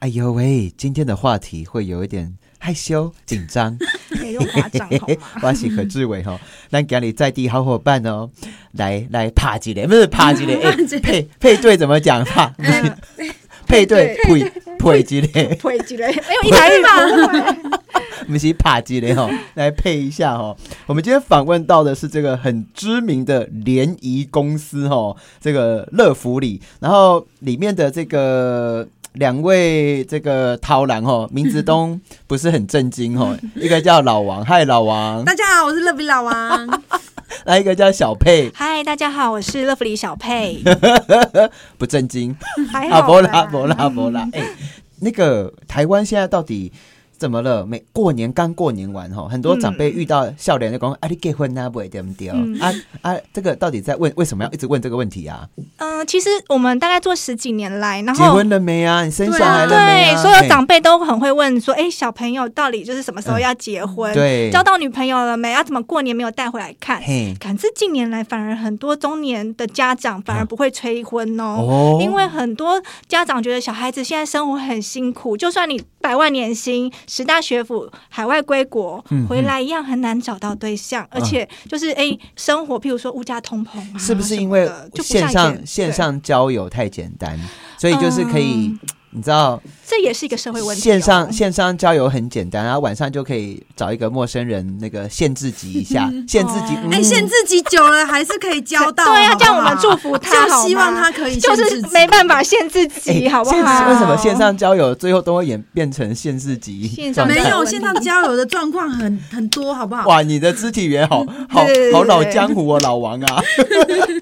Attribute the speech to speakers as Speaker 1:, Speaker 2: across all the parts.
Speaker 1: 哎呦喂，今天的话题会有一点害羞紧张，
Speaker 2: 没有夸张 好吗？
Speaker 1: 我是何志伟哦，那家里在地好伙伴哦，来来爬几嘞，不是爬 几嘞，哎配配对怎么讲法？不是 配对 配配几嘞，
Speaker 2: 配起来，没有
Speaker 3: 一台
Speaker 4: 哎
Speaker 3: 吧，
Speaker 1: 不是爬几嘞哦， 来配一下哦。我们今天访问到的是这个很知名的联谊公司哦，这个乐福里，然后里面的这个。两位这个涛郎哦，名字都不是很震惊哦，一个叫老王，嗨老王，
Speaker 3: 大家好，我是乐比老王。
Speaker 1: 那一个叫小佩，
Speaker 3: 嗨，大家好，我是乐福里 小佩。
Speaker 1: 不震惊，
Speaker 3: 哎
Speaker 2: 还
Speaker 1: 啊
Speaker 2: 好
Speaker 1: 不啦不啦不 啦，哎、那个台湾现在到底怎么了？每过年刚过年完吼，很多长辈遇到笑脸就讲：“啊，你结婚啊，不会对不对？”啊啊，这个到底在问为什么要一直问这个问题啊？
Speaker 3: 嗯、其实我们大概做十几年来，然
Speaker 1: 结
Speaker 3: 后
Speaker 1: 婚了没啊？你生
Speaker 3: 对
Speaker 1: 小孩
Speaker 3: 啊，
Speaker 1: 了没、
Speaker 3: 对，
Speaker 1: 啊？
Speaker 3: 所有
Speaker 1: 嘿
Speaker 3: 长辈都很会问说，哎、小朋友到底就是什么时候要结婚？
Speaker 1: 嗯对
Speaker 3: 交到女朋友了没？要、啊、怎么过年没有带回来看？
Speaker 1: 嘿
Speaker 3: 可是近年来，反而很多中年的家长反而不会催婚哦。
Speaker 1: 哦，
Speaker 3: 因为很多家长觉得小孩子现在生活很辛苦，就算你百万年薪、十大学府、海外归国，
Speaker 1: 嗯
Speaker 3: 回来一样很难找到对象，而且就是哎、生活，譬如说物价通膨、啊，
Speaker 1: 是不是
Speaker 3: 什么
Speaker 1: 因为
Speaker 3: 的就不像
Speaker 1: 线
Speaker 3: 以
Speaker 1: 上
Speaker 3: 前
Speaker 1: 线
Speaker 3: 对
Speaker 1: 上交友太简单，所以就是可以，
Speaker 3: 嗯
Speaker 1: 你知道
Speaker 3: 这也是一个社会问题哦、
Speaker 1: 线上线上交友很简单，然后晚上就可以找一个陌生人，那个限制级一 下，限制
Speaker 3: 哦
Speaker 1: 级，嗯
Speaker 4: 哎、限自己久了还是可以交到，
Speaker 3: 对
Speaker 4: 呀、
Speaker 3: 啊，这样我们祝福他好吗，
Speaker 4: 就希望他可以限
Speaker 3: 就是
Speaker 4: 制自己
Speaker 3: 没办法限制自己，
Speaker 1: 哎
Speaker 3: 好不好？
Speaker 1: 限制为什么线上交友最后都会演变成限制级
Speaker 3: 线
Speaker 1: 状
Speaker 3: 上
Speaker 1: 态？
Speaker 4: 没
Speaker 3: 交友
Speaker 4: 有线上交友的状况很很多，好不好？
Speaker 1: 哇，你的肢体语言好好
Speaker 3: 嗯对对对
Speaker 1: 好老江湖哦，老王啊，
Speaker 3: 有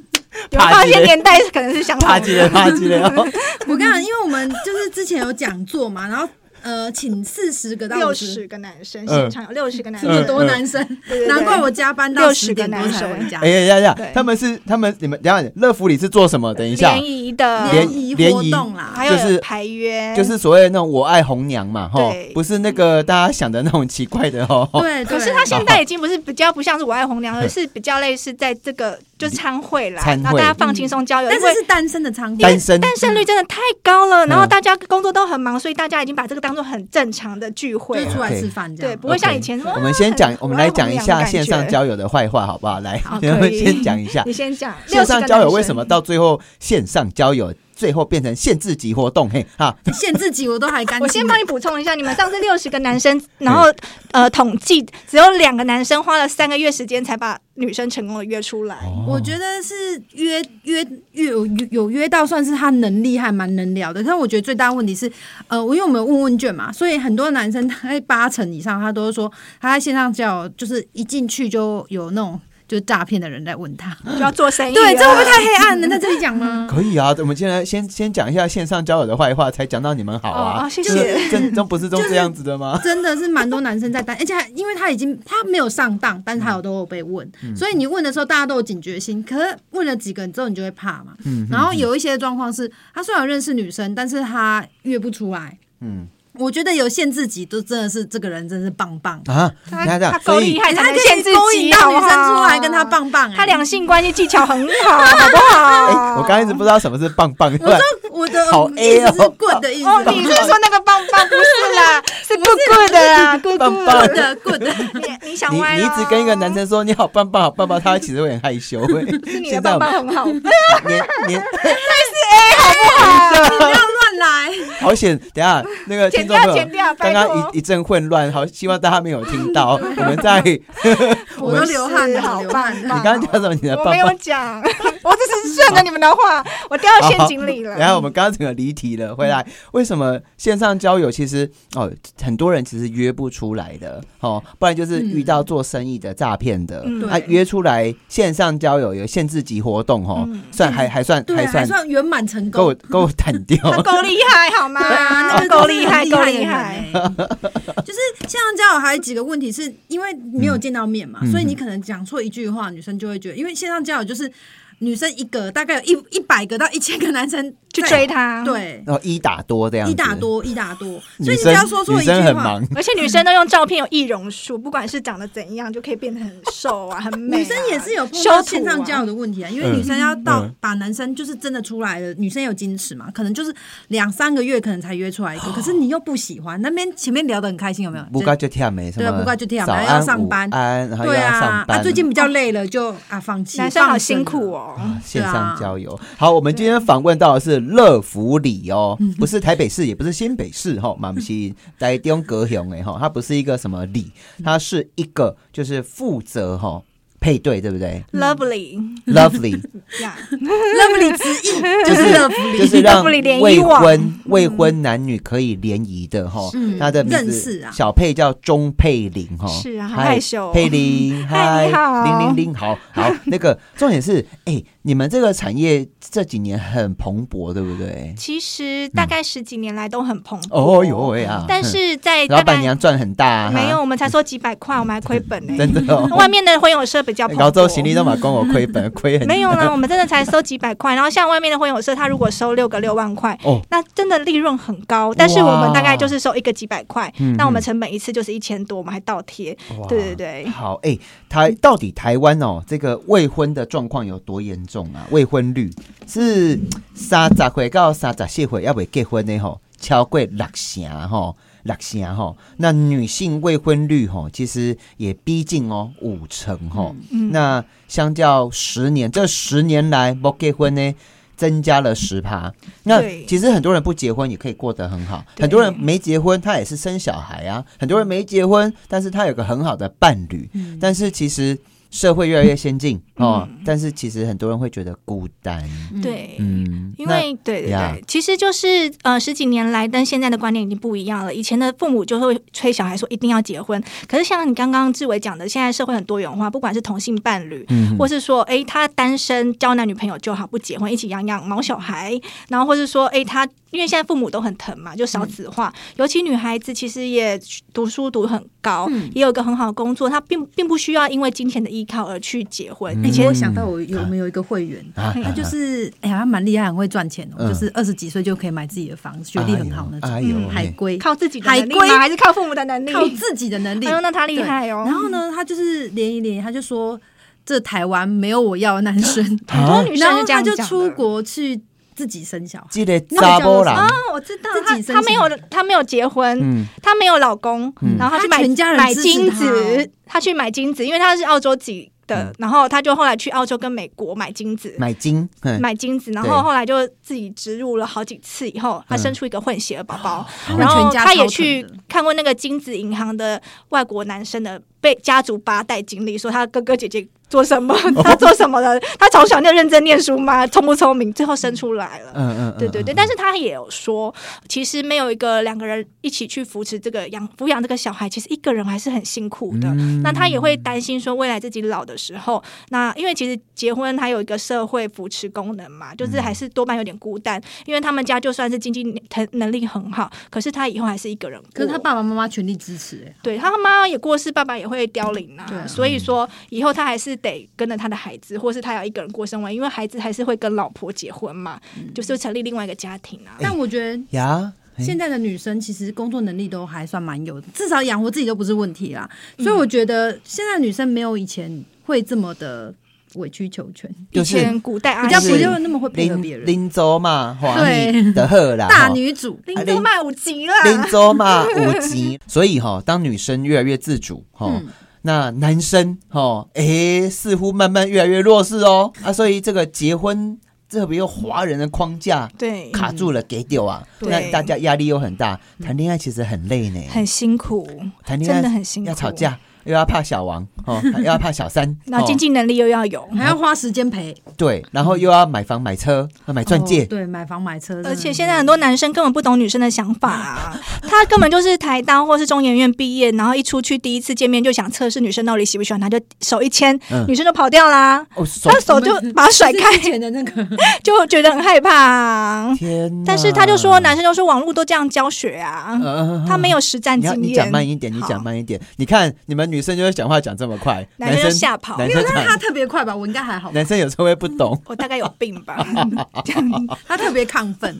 Speaker 3: 发
Speaker 1: 爬
Speaker 3: 现
Speaker 1: 级
Speaker 3: 年代可能是相
Speaker 1: 啪
Speaker 3: 同
Speaker 1: 叽嘞
Speaker 3: 的？
Speaker 1: 啪叽嘞哦，
Speaker 4: 我跟你讲，因为我们就是之前有讲座嘛，然后呃，请四十个到
Speaker 3: 六
Speaker 4: 五十，
Speaker 3: 十个男生，
Speaker 1: 嗯
Speaker 3: 现场有六十个男
Speaker 4: 这么
Speaker 3: 生，
Speaker 4: 多男生，嗯
Speaker 3: 对对对
Speaker 4: 难怪我加班到十点多才回家
Speaker 1: 哎。呀呀呀
Speaker 3: 对，
Speaker 1: 他们是他们你们等一下乐福里是做什么？等一下
Speaker 3: 联。谊的，
Speaker 1: 联
Speaker 4: 谊
Speaker 1: 联
Speaker 4: 活
Speaker 1: 谊
Speaker 4: 动啦，
Speaker 3: 还
Speaker 1: 就是
Speaker 3: 有排约，
Speaker 1: 就是所谓那种我爱红娘嘛，吼
Speaker 3: 对，
Speaker 1: 不是那个大家想的那种奇怪的哦。吼
Speaker 4: 对，
Speaker 3: 可
Speaker 4: 对
Speaker 3: 是他现在已经不是比较不像是我爱红娘，而是比较类似在这个就参会啦，
Speaker 1: 参会
Speaker 3: 然后大家放轻松交友，
Speaker 4: 但
Speaker 3: 因
Speaker 4: 是
Speaker 3: 为
Speaker 4: 是单身的仓
Speaker 1: 单身
Speaker 3: 单身率真的太高了，
Speaker 1: 嗯
Speaker 3: 然后大家工作都很忙，所以大家已经把这个当做很正常的聚
Speaker 4: 就
Speaker 3: 会
Speaker 4: 是出
Speaker 3: 了，
Speaker 4: 来吃饭这
Speaker 3: 对，
Speaker 4: 样。
Speaker 3: 不会像
Speaker 1: OK，
Speaker 3: 以前说
Speaker 1: 我们先讲
Speaker 3: 啊，
Speaker 1: 我们来讲一
Speaker 3: 我爱红娘
Speaker 1: 下
Speaker 3: 的感觉
Speaker 1: 线上交友的坏话，好不好？来
Speaker 3: 好，
Speaker 1: 我们
Speaker 3: 可以
Speaker 1: 先讲一 下
Speaker 3: 你先讲
Speaker 1: 线上交友为什么到最后线上交友最后变成限制级活动？嘿，哈，
Speaker 4: 限自己我都还甘心。
Speaker 3: 我先帮你补充一下，你们上次六十个男生，
Speaker 1: 嗯
Speaker 3: 然后呃统计只有两个男生花了三个月时间才把女生成功的约出来。
Speaker 4: 我觉得是约约约有有约到，算是他能力还蛮能聊的。可是我觉得最大问题是，呃，因为我们有问问卷嘛，所以很多男生大概八成以上，他都是说他在线上交友，就是一进去就有那种就是诈骗的人在问他。
Speaker 1: 哦
Speaker 3: 就要做生意了，
Speaker 4: 对，这会不会太黑暗了？在这里讲吗？
Speaker 1: 可以啊。我们现在先先讲一下线上交友的坏话，才讲到你们好
Speaker 3: 哦
Speaker 1: 啊。
Speaker 3: 哦谢
Speaker 1: 就是
Speaker 3: 谢
Speaker 1: 真真不是都这样子的 吗？
Speaker 4: 真的是蛮多男生在担，而且他因为他已经他没有上当，但是他有都有被问，
Speaker 1: 嗯
Speaker 4: 所以你问的时候大家都有警觉心。可是问了几个人之后，你就会怕嘛。
Speaker 1: 嗯
Speaker 4: 然后有一些状况是，他虽然认识女生，但是他约不出来。
Speaker 1: 嗯
Speaker 4: 我觉得有限制级都真的是这个人真是棒棒，
Speaker 1: 啊，等一
Speaker 3: 他
Speaker 1: 下等一
Speaker 3: 他
Speaker 1: 下
Speaker 3: 够
Speaker 1: 所
Speaker 3: 厉
Speaker 1: 以
Speaker 3: 害才
Speaker 4: 他
Speaker 3: 能
Speaker 4: 可
Speaker 3: 限
Speaker 4: 以
Speaker 3: 制
Speaker 4: 勾
Speaker 3: 级
Speaker 4: 引到女生
Speaker 3: 好不
Speaker 4: 出
Speaker 3: 好
Speaker 4: 来跟他棒棒、欸。
Speaker 3: 他两性关系技巧很好，好不好？啊
Speaker 1: 哎，我刚刚一直不知道什么是棒棒，
Speaker 4: 我说我的
Speaker 1: 好 A 哦
Speaker 4: 嗯意思是棍的意思，
Speaker 3: 哦，你是说那个棒棒不是啦， 是 good good 的啊啦 ，good
Speaker 1: 棒棒
Speaker 3: good。
Speaker 4: 的棍的，
Speaker 3: 你你想
Speaker 1: 你
Speaker 3: 歪
Speaker 1: 你一
Speaker 3: 了，
Speaker 1: 直跟一个男生说你好棒棒好棒棒，他其实会很害 羞。哎
Speaker 3: 是你的
Speaker 1: 现在
Speaker 3: 棒
Speaker 1: 我
Speaker 3: 棒
Speaker 1: 们
Speaker 3: 很 好，
Speaker 1: 年年
Speaker 4: 不要乱来。
Speaker 1: 好险！等一下那个听
Speaker 3: 剪
Speaker 1: 众
Speaker 3: 掉
Speaker 1: 朋
Speaker 3: 剪
Speaker 1: 友
Speaker 3: 掉，
Speaker 1: 刚
Speaker 3: 拜
Speaker 1: 刚
Speaker 3: 托
Speaker 1: 一。一阵混乱，好希望大家没有听到。我们在你
Speaker 4: 我都流汗
Speaker 3: 是
Speaker 4: 了，
Speaker 3: 好
Speaker 4: 流
Speaker 3: 棒
Speaker 4: 汗了。
Speaker 3: 棒！
Speaker 1: 刚刚讲什么？你的
Speaker 3: 啊我
Speaker 1: 棒
Speaker 3: 没有
Speaker 1: 棒？
Speaker 3: 讲，我只是顺着你们的 话，我掉到陷阱里了。
Speaker 1: 然后我们刚刚整个离题了，回来为什么线上交友其实哦很多人其实约不出来的哦，不然就是遇到做生意的、诈骗的、
Speaker 3: 嗯
Speaker 1: 啊，
Speaker 4: 对
Speaker 1: 约出来线上交友有限制级活动哦，
Speaker 3: 嗯
Speaker 1: 算还还算
Speaker 4: 对，啊还
Speaker 1: 算
Speaker 4: 算圆满成
Speaker 1: 够
Speaker 4: 功。
Speaker 1: 够坦掉。
Speaker 3: 他够厉害好 吗？
Speaker 4: 对啊，那个
Speaker 3: 够
Speaker 4: 真
Speaker 3: 厉
Speaker 4: 的很
Speaker 3: 害，够
Speaker 4: 害的
Speaker 3: 厉
Speaker 4: 人
Speaker 3: 害。
Speaker 4: 欸。 就是线上交友还有几个问题，是因为没有见到面嘛，
Speaker 1: 嗯
Speaker 4: 所以你可能讲错一句话，女生就会觉得，因为线上交友就是女生一个，大概有一一百个到一千个男生
Speaker 3: 去
Speaker 4: 在
Speaker 3: 追，他，，
Speaker 4: 对，
Speaker 1: 然后哦一打多这样子，
Speaker 4: 一打多一打多，所
Speaker 1: 女
Speaker 4: 以你只
Speaker 1: 生
Speaker 4: 要说错
Speaker 1: 女
Speaker 4: 一句
Speaker 1: 生很
Speaker 4: 话，
Speaker 1: 忙，
Speaker 3: 而且女生都用照片有易容术，不管是长得怎样，就可以变得很瘦啊，很美啊、
Speaker 4: 女生也是有碰
Speaker 3: 修
Speaker 4: 到
Speaker 3: 图
Speaker 4: 线上
Speaker 3: 啊
Speaker 4: 交友的问题啊，因为
Speaker 1: 嗯
Speaker 4: 女生要到、
Speaker 1: 嗯
Speaker 4: 把男生就是真的出来了，女生有矜持嘛，可能就是两三个月可能才约出来一个，可是你又不喜欢，那边前面聊得很开心，有没有？
Speaker 1: 哦不该就跳没什
Speaker 4: 对
Speaker 1: 么，
Speaker 4: 啊不该就跳
Speaker 1: 早
Speaker 4: 没
Speaker 1: 安
Speaker 4: 要上班
Speaker 1: 午安，然后又
Speaker 4: 对
Speaker 1: 要
Speaker 4: 啊
Speaker 1: 上，班，
Speaker 4: 啊，最近比较累了，就啊放弃。
Speaker 3: 男生好辛哦
Speaker 4: 放
Speaker 3: 苦
Speaker 4: 生了，
Speaker 3: 哦。
Speaker 1: 啊线
Speaker 4: 对啊
Speaker 1: 上交友。好，我们今天访问到的是乐福里哦，
Speaker 4: 嗯
Speaker 1: 不是台北市，也不是新北市哈，马不是台中高雄哎哈，它不是一个什么里，
Speaker 4: 嗯
Speaker 1: 它是一个就是负责哈配对，对不对
Speaker 3: Lovely，
Speaker 4: 嗯
Speaker 1: ？Lovely
Speaker 3: 呀、
Speaker 4: 乐不离之意就是 乐不离，
Speaker 1: 就是让
Speaker 3: Lovely 联谊
Speaker 1: 未
Speaker 3: 网
Speaker 1: 婚未婚男女可以联谊的哈，
Speaker 4: 嗯
Speaker 1: 他的名
Speaker 4: 认
Speaker 1: 字
Speaker 4: 识啊
Speaker 1: 小佩叫钟佩玲哈，
Speaker 3: 是啊好
Speaker 1: 嗨
Speaker 3: 害羞哦
Speaker 1: 佩玲，
Speaker 3: 嗨你好
Speaker 1: 零零零，好好，那个 重点是，哎，你们这个产业这几年很蓬勃，对不 对？
Speaker 3: 其实大概十几年来都很蓬勃。
Speaker 1: 哦呦喂啊！
Speaker 3: 但是在
Speaker 1: 哼
Speaker 3: 大
Speaker 1: 老板
Speaker 3: 概
Speaker 1: 娘赚很大、啊，
Speaker 3: 没有，我们才说几百块，我们还亏本呢、
Speaker 1: 真的哦。
Speaker 3: 外面的婚友社比较蓬
Speaker 1: 老州行李
Speaker 3: 勃。
Speaker 1: 都嘛跟我亏本，亏很
Speaker 3: 没有呢，我们真的才收几百块，然后像外面的婚友社，他如果收六个六万块，
Speaker 1: 哦。
Speaker 3: 那真的利润很高，但是
Speaker 1: 哇
Speaker 3: 我们大概就是收一个几百块
Speaker 1: 嗯，
Speaker 3: 那我们成本一次就是一千多，我们还倒贴，
Speaker 1: 哇
Speaker 3: 对对对。
Speaker 1: 好，哎、台到底台湾哦，这个未婚的状况有多严重啊？未婚率是三十岁到三十四岁要未结婚的吼，超过六成吼，六成吼。那女性未婚率吼，其实也逼近哦五成吼。
Speaker 3: 嗯
Speaker 1: 那相较十年，这十年来不结婚呢，增加了十趴。那
Speaker 3: 对
Speaker 1: 其实很多人不结婚也可以过得很好，
Speaker 3: 对
Speaker 1: 很多人没结婚他也是生小孩啊，很多人没结婚，但是他有个很好的伴侣。
Speaker 4: 嗯
Speaker 1: 但是其实社会越来越先进
Speaker 3: 嗯
Speaker 1: 哦，但是其实很多人会觉得孤单。
Speaker 4: 嗯
Speaker 3: 对。
Speaker 1: 嗯，
Speaker 3: 因为对对
Speaker 1: 呀
Speaker 3: 对，其实就是呃十几年来跟现在的观念已经不一样了。以前的父母就会催小孩说一定要结婚，可是像你刚刚志伟讲的，现在社会很多元化，不管是同性伴侣，
Speaker 1: 那嗯
Speaker 3: 或是说诶他单身交男女朋友就好，不结婚，一起养养毛小孩，然后或是说诶他因为现在父母都很疼嘛，就少子化，尤其女孩子其实也读书读很高，
Speaker 4: 嗯
Speaker 3: 也有一个很好的工作，她并并不需要因为金钱的依靠而去结婚。
Speaker 1: 嗯
Speaker 4: 以
Speaker 3: 以
Speaker 4: 前
Speaker 3: 前
Speaker 4: 哎我想到我有我们有一个会员，
Speaker 1: 啊
Speaker 4: 他就是哎呀，他蛮厉害，很会赚钱
Speaker 1: 嗯
Speaker 4: 哦，就是二十几岁就可以买自己的房子，学历很好那
Speaker 1: 哎
Speaker 4: 种，
Speaker 1: 呦，哎呦喂
Speaker 3: 嗯
Speaker 4: 海归，
Speaker 3: 靠自己的能力
Speaker 4: 海
Speaker 3: 吗？
Speaker 4: 归
Speaker 3: 还是靠父母的能力？
Speaker 4: 靠自己的能力
Speaker 3: 哎。呦，那他厉害哦！
Speaker 4: 然后呢，他就是联谊联谊，他就说这台湾没有我要的男生，
Speaker 3: 很
Speaker 1: 啊
Speaker 3: 多 女
Speaker 4: 然
Speaker 3: 生
Speaker 4: 后
Speaker 3: 是这
Speaker 4: 他
Speaker 3: 样
Speaker 4: 就
Speaker 3: 讲的
Speaker 4: 出国去自己生小孩。
Speaker 1: 这个查波
Speaker 3: 啊
Speaker 1: 人，，
Speaker 4: 哦
Speaker 3: 我知道，
Speaker 4: 自
Speaker 3: 他
Speaker 4: 己
Speaker 3: 他没有他没有结婚，
Speaker 1: 嗯，
Speaker 3: 他没有老公
Speaker 1: 嗯，
Speaker 3: 然后他去
Speaker 4: 他
Speaker 3: 买
Speaker 4: 全家人
Speaker 3: 买
Speaker 4: 支持
Speaker 3: 金
Speaker 4: 他哦
Speaker 3: 子，他去买金子，因为他是澳洲籍的
Speaker 1: 嗯，
Speaker 3: 然后他就后来去澳洲跟美国买金子。
Speaker 1: 买金，嗯
Speaker 3: 买金子，然
Speaker 1: 对嗯
Speaker 3: 后后来就自己植入了好几次，以后他生出一个混血的宝宝，
Speaker 4: 嗯
Speaker 3: 然
Speaker 4: 他们
Speaker 3: 后
Speaker 4: 全家
Speaker 3: 他也
Speaker 4: 超疼
Speaker 3: 去
Speaker 4: 的
Speaker 3: 看过那个金子银行的外国男生的被家族八代经历，说他哥哥姐姐做 什么，他做什么的，他从小就认真念书吗？聪不聪明？最后生出来了。
Speaker 1: 嗯嗯，嗯
Speaker 3: 对对对，
Speaker 1: 嗯
Speaker 3: 但是他也有说，其实没有一个两个人一起去扶持这个养抚养这个小孩，其实一个人还是很辛苦的。
Speaker 1: 嗯
Speaker 3: 那他也会担心说，未来自己老的时候，那因为其实结婚还有一个社会扶持功能
Speaker 1: 嗯
Speaker 3: 嘛，就是还是多半有点孤单，因为他们家就算是经济能能力很好，可是他以后还是一个人过。
Speaker 4: 可是他爸爸妈妈全力支持、
Speaker 1: 哎
Speaker 4: 欸，
Speaker 3: 对他妈妈也过世，爸爸也会凋零
Speaker 4: 对啊
Speaker 3: 啊，所以说以后他还是得跟着他的孩子，或是他要一个人过生活，因为孩子还是会跟老婆结婚嘛，
Speaker 1: 嗯
Speaker 3: 就是成立另外一个家庭啊。
Speaker 4: 但我觉得
Speaker 1: 呀，哎
Speaker 4: 现在的女生其实工作能力都还算蛮有的，至少养活自己都不是问题啦。
Speaker 3: 嗯
Speaker 4: 所以我觉得现在女生没有以前会这么的委曲求全，
Speaker 1: 就
Speaker 3: 以
Speaker 1: 是
Speaker 3: 前古代阿
Speaker 4: 比较
Speaker 1: 嗯是
Speaker 4: 不就那么会配合别
Speaker 1: 林
Speaker 4: 人。
Speaker 1: 林州嘛，华
Speaker 4: 对
Speaker 1: 裔的好啦，
Speaker 4: 大
Speaker 1: 吼
Speaker 4: 女主，
Speaker 3: 林州卖五级啦，
Speaker 1: 林州嘛，五级。所以哈、当女生越来越自主，哈、
Speaker 4: 嗯
Speaker 1: 那男生哈，诶、似乎慢慢越来越弱势哦。啊，所以这个结婚，特别有华人的框架
Speaker 3: 对，
Speaker 1: 卡住了，给丢啊，
Speaker 3: 嗯对嗯
Speaker 1: 那大家压力又很大，谈恋爱其实很累呢，
Speaker 3: 很辛苦，
Speaker 1: 谈恋
Speaker 3: 真的
Speaker 1: 爱
Speaker 3: 很辛苦，
Speaker 1: 要吵，架。又要怕小王 哦，又要怕小三，
Speaker 3: 然后经济能力又要有。
Speaker 4: 还要花时间陪，
Speaker 1: 哦、对，然后又要买房买车，买钻戒，
Speaker 4: 哦对，买房买车，
Speaker 3: 而且现在很多男生根本不懂女生的想 法啊，他根本就是台大或是中研院毕业，然后一出去第一次见面就想测试女生到底喜不喜欢他，就手一牵，
Speaker 1: 嗯
Speaker 3: 女生就跑掉啦，
Speaker 1: 哦，手
Speaker 3: 他手就把他甩
Speaker 4: 甩
Speaker 3: 开
Speaker 4: 开， 前的那个，
Speaker 3: 就觉得很害怕啊。
Speaker 1: 天哪，
Speaker 3: 但是他就说，男生都说网络都这样教学啊，
Speaker 1: 嗯、嗯嗯
Speaker 3: 他没有实战
Speaker 1: 你要
Speaker 3: 经
Speaker 1: 你讲慢
Speaker 3: 验。
Speaker 1: 一点，你
Speaker 3: 好
Speaker 1: 讲慢一点。你看你们女女生就会讲话讲这么快，
Speaker 3: 男
Speaker 1: 男
Speaker 3: 生就
Speaker 1: 生
Speaker 3: 吓跑
Speaker 1: 男
Speaker 4: 没有，
Speaker 1: 生
Speaker 4: 但是他
Speaker 1: 讲
Speaker 4: 特别快吧，我应该还好吧，
Speaker 1: 男生有时候会不懂。
Speaker 3: 我大概有病 吧？
Speaker 4: 他特别亢奋。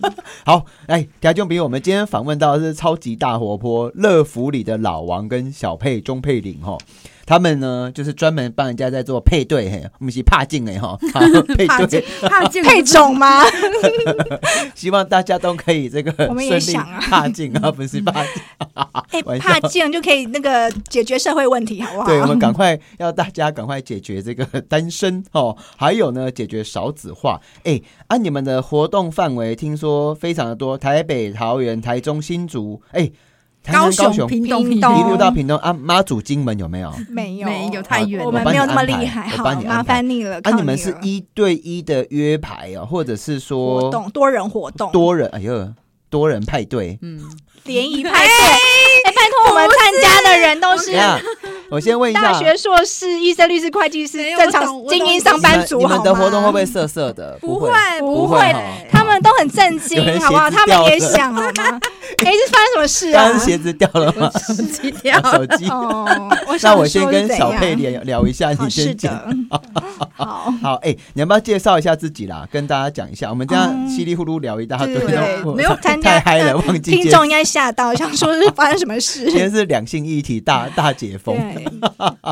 Speaker 1: 好，哎，家就比我们今天访问到的是超级大活泼乐福里的老王跟小佩钟佩玲哈。他们呢，就是专门帮人家在做配对，嘿，我们是怕进哎 哈，哈
Speaker 4: 怕
Speaker 1: 配
Speaker 4: 见
Speaker 1: 对，
Speaker 4: 怕见
Speaker 3: 配种吗？
Speaker 1: 希望大家都可以这个
Speaker 3: 我们
Speaker 1: 顺
Speaker 3: 也
Speaker 1: 利
Speaker 3: 想啊
Speaker 1: 怕进啊，不是怕进，
Speaker 3: 哎、
Speaker 1: 玩笑
Speaker 3: 怕见就可以那个解决社会问题，好不好？
Speaker 1: 对，我们赶快要大家赶快解决这个 单身哦，还有呢，解决少子化。哎，按、你们的活动范围，听说非常的多，台北、桃园、台中、新竹，哎，台南
Speaker 4: 高
Speaker 1: 高
Speaker 4: 雄、屏东、
Speaker 3: 屏
Speaker 1: 一
Speaker 3: 东啊
Speaker 1: 路到屏东啊，妈祖金门有没有？
Speaker 3: 没有
Speaker 4: 没有太远了
Speaker 3: 我们
Speaker 1: 帮
Speaker 3: 没
Speaker 1: 你
Speaker 3: 有那么
Speaker 1: 安排
Speaker 3: 厉害，
Speaker 1: 我
Speaker 3: 好
Speaker 1: 帮，你安
Speaker 3: 麻
Speaker 1: 排
Speaker 3: 烦你了。
Speaker 1: 啊，
Speaker 3: 靠
Speaker 1: 你们是
Speaker 3: 了
Speaker 1: 一对一的约牌哦，或者是
Speaker 3: 活
Speaker 1: 说
Speaker 3: 动多人活动，
Speaker 1: 多人？哎呦，多人派对。
Speaker 4: 嗯，
Speaker 3: 联谊派对。哎、拜托，我们参加的人都是
Speaker 1: 等一下，我先问一
Speaker 3: 大
Speaker 1: 下，
Speaker 3: 学硕士、医生、律师、会计师
Speaker 4: 没，有
Speaker 3: 正
Speaker 4: 我懂
Speaker 3: 常
Speaker 4: 我
Speaker 3: 精
Speaker 4: 懂
Speaker 3: 英上班族，
Speaker 1: 你们你们
Speaker 3: 好
Speaker 1: 的活动会
Speaker 3: 吗哎
Speaker 1: 不？会色色的？
Speaker 4: 不
Speaker 1: 会
Speaker 4: 会，
Speaker 3: 不
Speaker 1: 会
Speaker 3: 会啊
Speaker 1: 哈
Speaker 3: 他们都很震惊
Speaker 1: 有人，
Speaker 3: 好不好？
Speaker 1: 鞋子
Speaker 3: 他
Speaker 1: 掉
Speaker 3: 们也
Speaker 1: 了
Speaker 3: 想，好 吗？哎，是发生什么事
Speaker 1: 刚
Speaker 3: 啊
Speaker 1: 刚？鞋子掉了 吗？
Speaker 4: 手机掉了。
Speaker 1: 手机。
Speaker 3: 哦，我
Speaker 1: 那
Speaker 3: 想
Speaker 1: 我先
Speaker 3: 说
Speaker 1: 跟
Speaker 3: 是怎
Speaker 1: 小佩
Speaker 3: 样
Speaker 1: 聊聊一下，
Speaker 3: 好
Speaker 1: 你
Speaker 3: 是
Speaker 1: 先讲。
Speaker 3: 的，好。
Speaker 1: 好，哎、你要不要介绍一下自己啦？跟大家讲一下，我们这样
Speaker 3: 嗯
Speaker 1: 稀里糊涂聊一大堆，
Speaker 3: 对
Speaker 1: 然后
Speaker 3: 没有参加
Speaker 1: 太
Speaker 3: 呃
Speaker 1: 嗨了，忘记
Speaker 3: 听
Speaker 1: 介
Speaker 3: 众
Speaker 1: 绍。
Speaker 3: 应该吓到，想说是发生什么事
Speaker 1: 今。天是两性一体 大大解封，
Speaker 3: 对，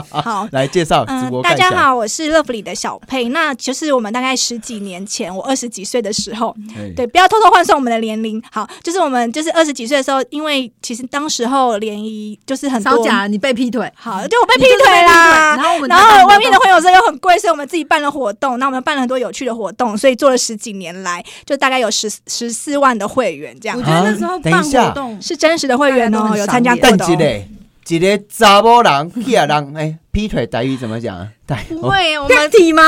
Speaker 3: 好。
Speaker 1: 来介绍
Speaker 3: 嗯、
Speaker 1: 直播
Speaker 3: 大
Speaker 1: 干
Speaker 3: 家
Speaker 1: 啥？
Speaker 3: 好，我是乐福里的小佩。那就是我们大概十几年前，我二十几岁的时候，
Speaker 1: 哎
Speaker 3: 对，不要偷偷换算我们的年龄。好，就是我们就是二十几岁的时候，因为其实当时候联谊就是很
Speaker 4: 少
Speaker 3: 多，
Speaker 4: 假，你被劈腿，
Speaker 3: 好，就我被
Speaker 4: 你
Speaker 3: 劈
Speaker 4: 就是被
Speaker 3: 腿啦
Speaker 4: 然。后我们
Speaker 3: 然后外面的。朋友社又很贵，所以我们自己办了活动。那我们办了很多有趣的活动，所以做了十几年来，就大概有十十四万的会员这样
Speaker 4: 我觉。得那时候办活
Speaker 1: 啊
Speaker 4: 动，
Speaker 3: 是真实的会员
Speaker 4: 大家都
Speaker 3: 哦，
Speaker 4: 很
Speaker 3: 有参加
Speaker 4: 赏
Speaker 3: 过
Speaker 1: 但
Speaker 3: 的、
Speaker 1: 一
Speaker 3: 哦。
Speaker 1: 个一个查某人去啊人哎劈腿台语怎么讲啊？台
Speaker 3: 不会，我们
Speaker 4: 骗体吗？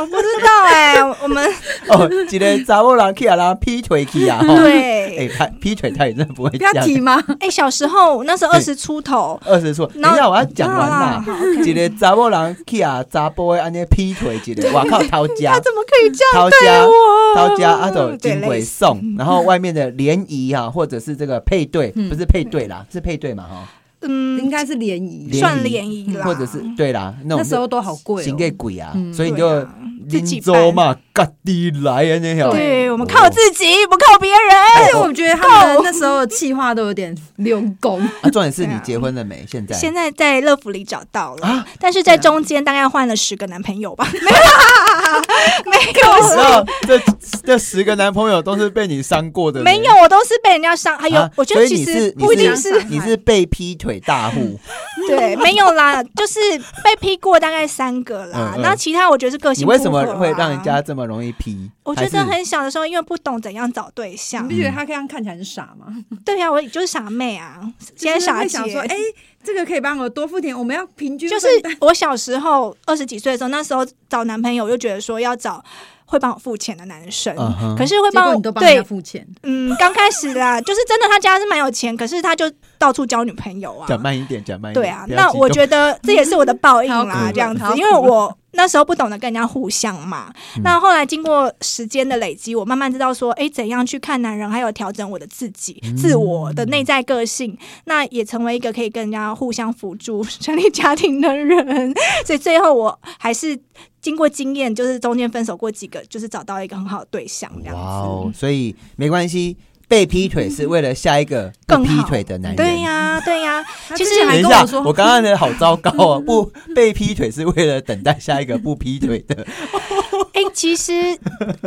Speaker 3: 我不知道哎、我们
Speaker 1: 哦，一个查某人去啊人劈腿去啊？吼
Speaker 3: 对，
Speaker 1: 哎，他劈腿台语真的不会
Speaker 4: 不要
Speaker 1: 讲。
Speaker 4: 提吗？
Speaker 3: 哎、小时候那时候
Speaker 1: 对
Speaker 3: 二十出头，
Speaker 1: 二十说，等
Speaker 3: 然
Speaker 1: 一
Speaker 3: 后
Speaker 1: 下我要讲完啦
Speaker 3: 好啦。好 ，OK
Speaker 1: 一个查某人去啊查甫的安尼劈腿，一个哇靠掏家
Speaker 3: 他怎么可以这样
Speaker 1: 嗯掏家
Speaker 3: 我？
Speaker 1: 掏 家啊阿斗金
Speaker 3: 对
Speaker 1: 鬼
Speaker 3: 类似
Speaker 1: 送，然后外面的联谊啊，或者是这个配对，不是配对啦，是配对嘛哈，
Speaker 4: 应
Speaker 3: 嗯，
Speaker 4: 该是联谊，
Speaker 1: 联谊
Speaker 3: 算联谊啦，
Speaker 1: 嗯或者是对啦，那种
Speaker 4: 那时候都好贵
Speaker 1: 行
Speaker 4: 哦。
Speaker 1: 给鬼啊，
Speaker 4: 嗯
Speaker 1: 所以你
Speaker 3: 对
Speaker 1: 就
Speaker 3: 啊自己
Speaker 1: 临州嘛，各地来啊那条，
Speaker 3: 对我们靠自己，不靠别人。
Speaker 4: 而
Speaker 1: 哎
Speaker 4: 且我觉得他们那时候的气话都有点溜工，
Speaker 1: 啊，重点是
Speaker 3: 对
Speaker 1: 你
Speaker 3: 啊
Speaker 1: 结婚了没？现在
Speaker 3: 现在在乐福里找到了，
Speaker 1: 啊
Speaker 3: 但是在中间大概换了十个男朋友吧， 没
Speaker 1: 啊
Speaker 3: 有啊啦，
Speaker 1: 然后这这十个男朋友都是被你伤过的呢，
Speaker 3: 没有，没有，我都是被人家伤。还有，
Speaker 1: 啊
Speaker 3: 哎我觉
Speaker 1: 所以
Speaker 3: 得其
Speaker 1: 你是
Speaker 3: 实
Speaker 1: 你
Speaker 3: 不一定
Speaker 1: 是
Speaker 3: 是嗯
Speaker 1: 你是被劈腿大户，
Speaker 3: 对，没有啦，就是被劈过大概三个啦。
Speaker 1: 嗯嗯
Speaker 3: 那其他我觉得是个性
Speaker 1: 你
Speaker 3: 不合
Speaker 1: 为
Speaker 3: 啊。
Speaker 1: 什么会让人家这么容易劈？
Speaker 3: 我觉
Speaker 1: 还
Speaker 3: 得
Speaker 1: 是
Speaker 3: 很小的时候，因为不懂怎样找对
Speaker 4: 你
Speaker 3: 象
Speaker 4: 不，觉得他这样看起来很傻吗？
Speaker 3: 对呀、我就是傻妹啊，现在傻
Speaker 4: 会
Speaker 3: 姐。
Speaker 4: 想 说，哎，这个可以帮我多付点，我们要平均
Speaker 3: 就是
Speaker 4: 分担
Speaker 3: 我小时候二十几岁的时候，那时候找男朋友，我就觉得说要找会帮我付钱的男生。
Speaker 1: 嗯哼
Speaker 3: 可是会
Speaker 4: 结
Speaker 3: 帮
Speaker 4: 果
Speaker 3: 我
Speaker 4: 你都帮人
Speaker 3: 对
Speaker 4: 家，付钱，
Speaker 3: 嗯，刚开始啦，就是真的，他家是蛮有钱，可是他就到处交女朋友啊。
Speaker 1: 讲慢一点，讲慢一点。
Speaker 3: 对啊，
Speaker 1: 不要
Speaker 3: 那
Speaker 1: 激
Speaker 3: 我
Speaker 1: 动
Speaker 3: 觉得这也是我的报应
Speaker 4: 他要哭
Speaker 3: 啦
Speaker 4: 了，
Speaker 3: 这样子
Speaker 4: 他要，哭
Speaker 3: 因为我那时候不懂得跟人家互相嘛。
Speaker 1: 嗯
Speaker 3: 那后来经过时间的累积，我慢慢知道说，哎，怎样去看男人，还有调整我的自己、
Speaker 1: 嗯
Speaker 3: 自我的内在个性，那也成为一个可以跟人家互相辅助、 成立家庭的人。所以最后我还是经过经验，就是中间分手过几个，就是找到一个很好的对象，这样
Speaker 1: 哇
Speaker 3: 子。
Speaker 1: 哦，所以没关系，被劈腿是为了下一个被
Speaker 3: 更
Speaker 1: 劈
Speaker 3: 好
Speaker 1: 腿的男人。
Speaker 3: 对呀、对呀、
Speaker 4: 他
Speaker 3: 其
Speaker 4: 之
Speaker 3: 实
Speaker 4: 前
Speaker 1: 等
Speaker 4: 还
Speaker 1: 一
Speaker 4: 跟
Speaker 1: 下
Speaker 4: 我，说
Speaker 1: 我刚刚的好糟糕哦！不被劈腿是为了等待下一个不劈腿的，
Speaker 3: 哎、其实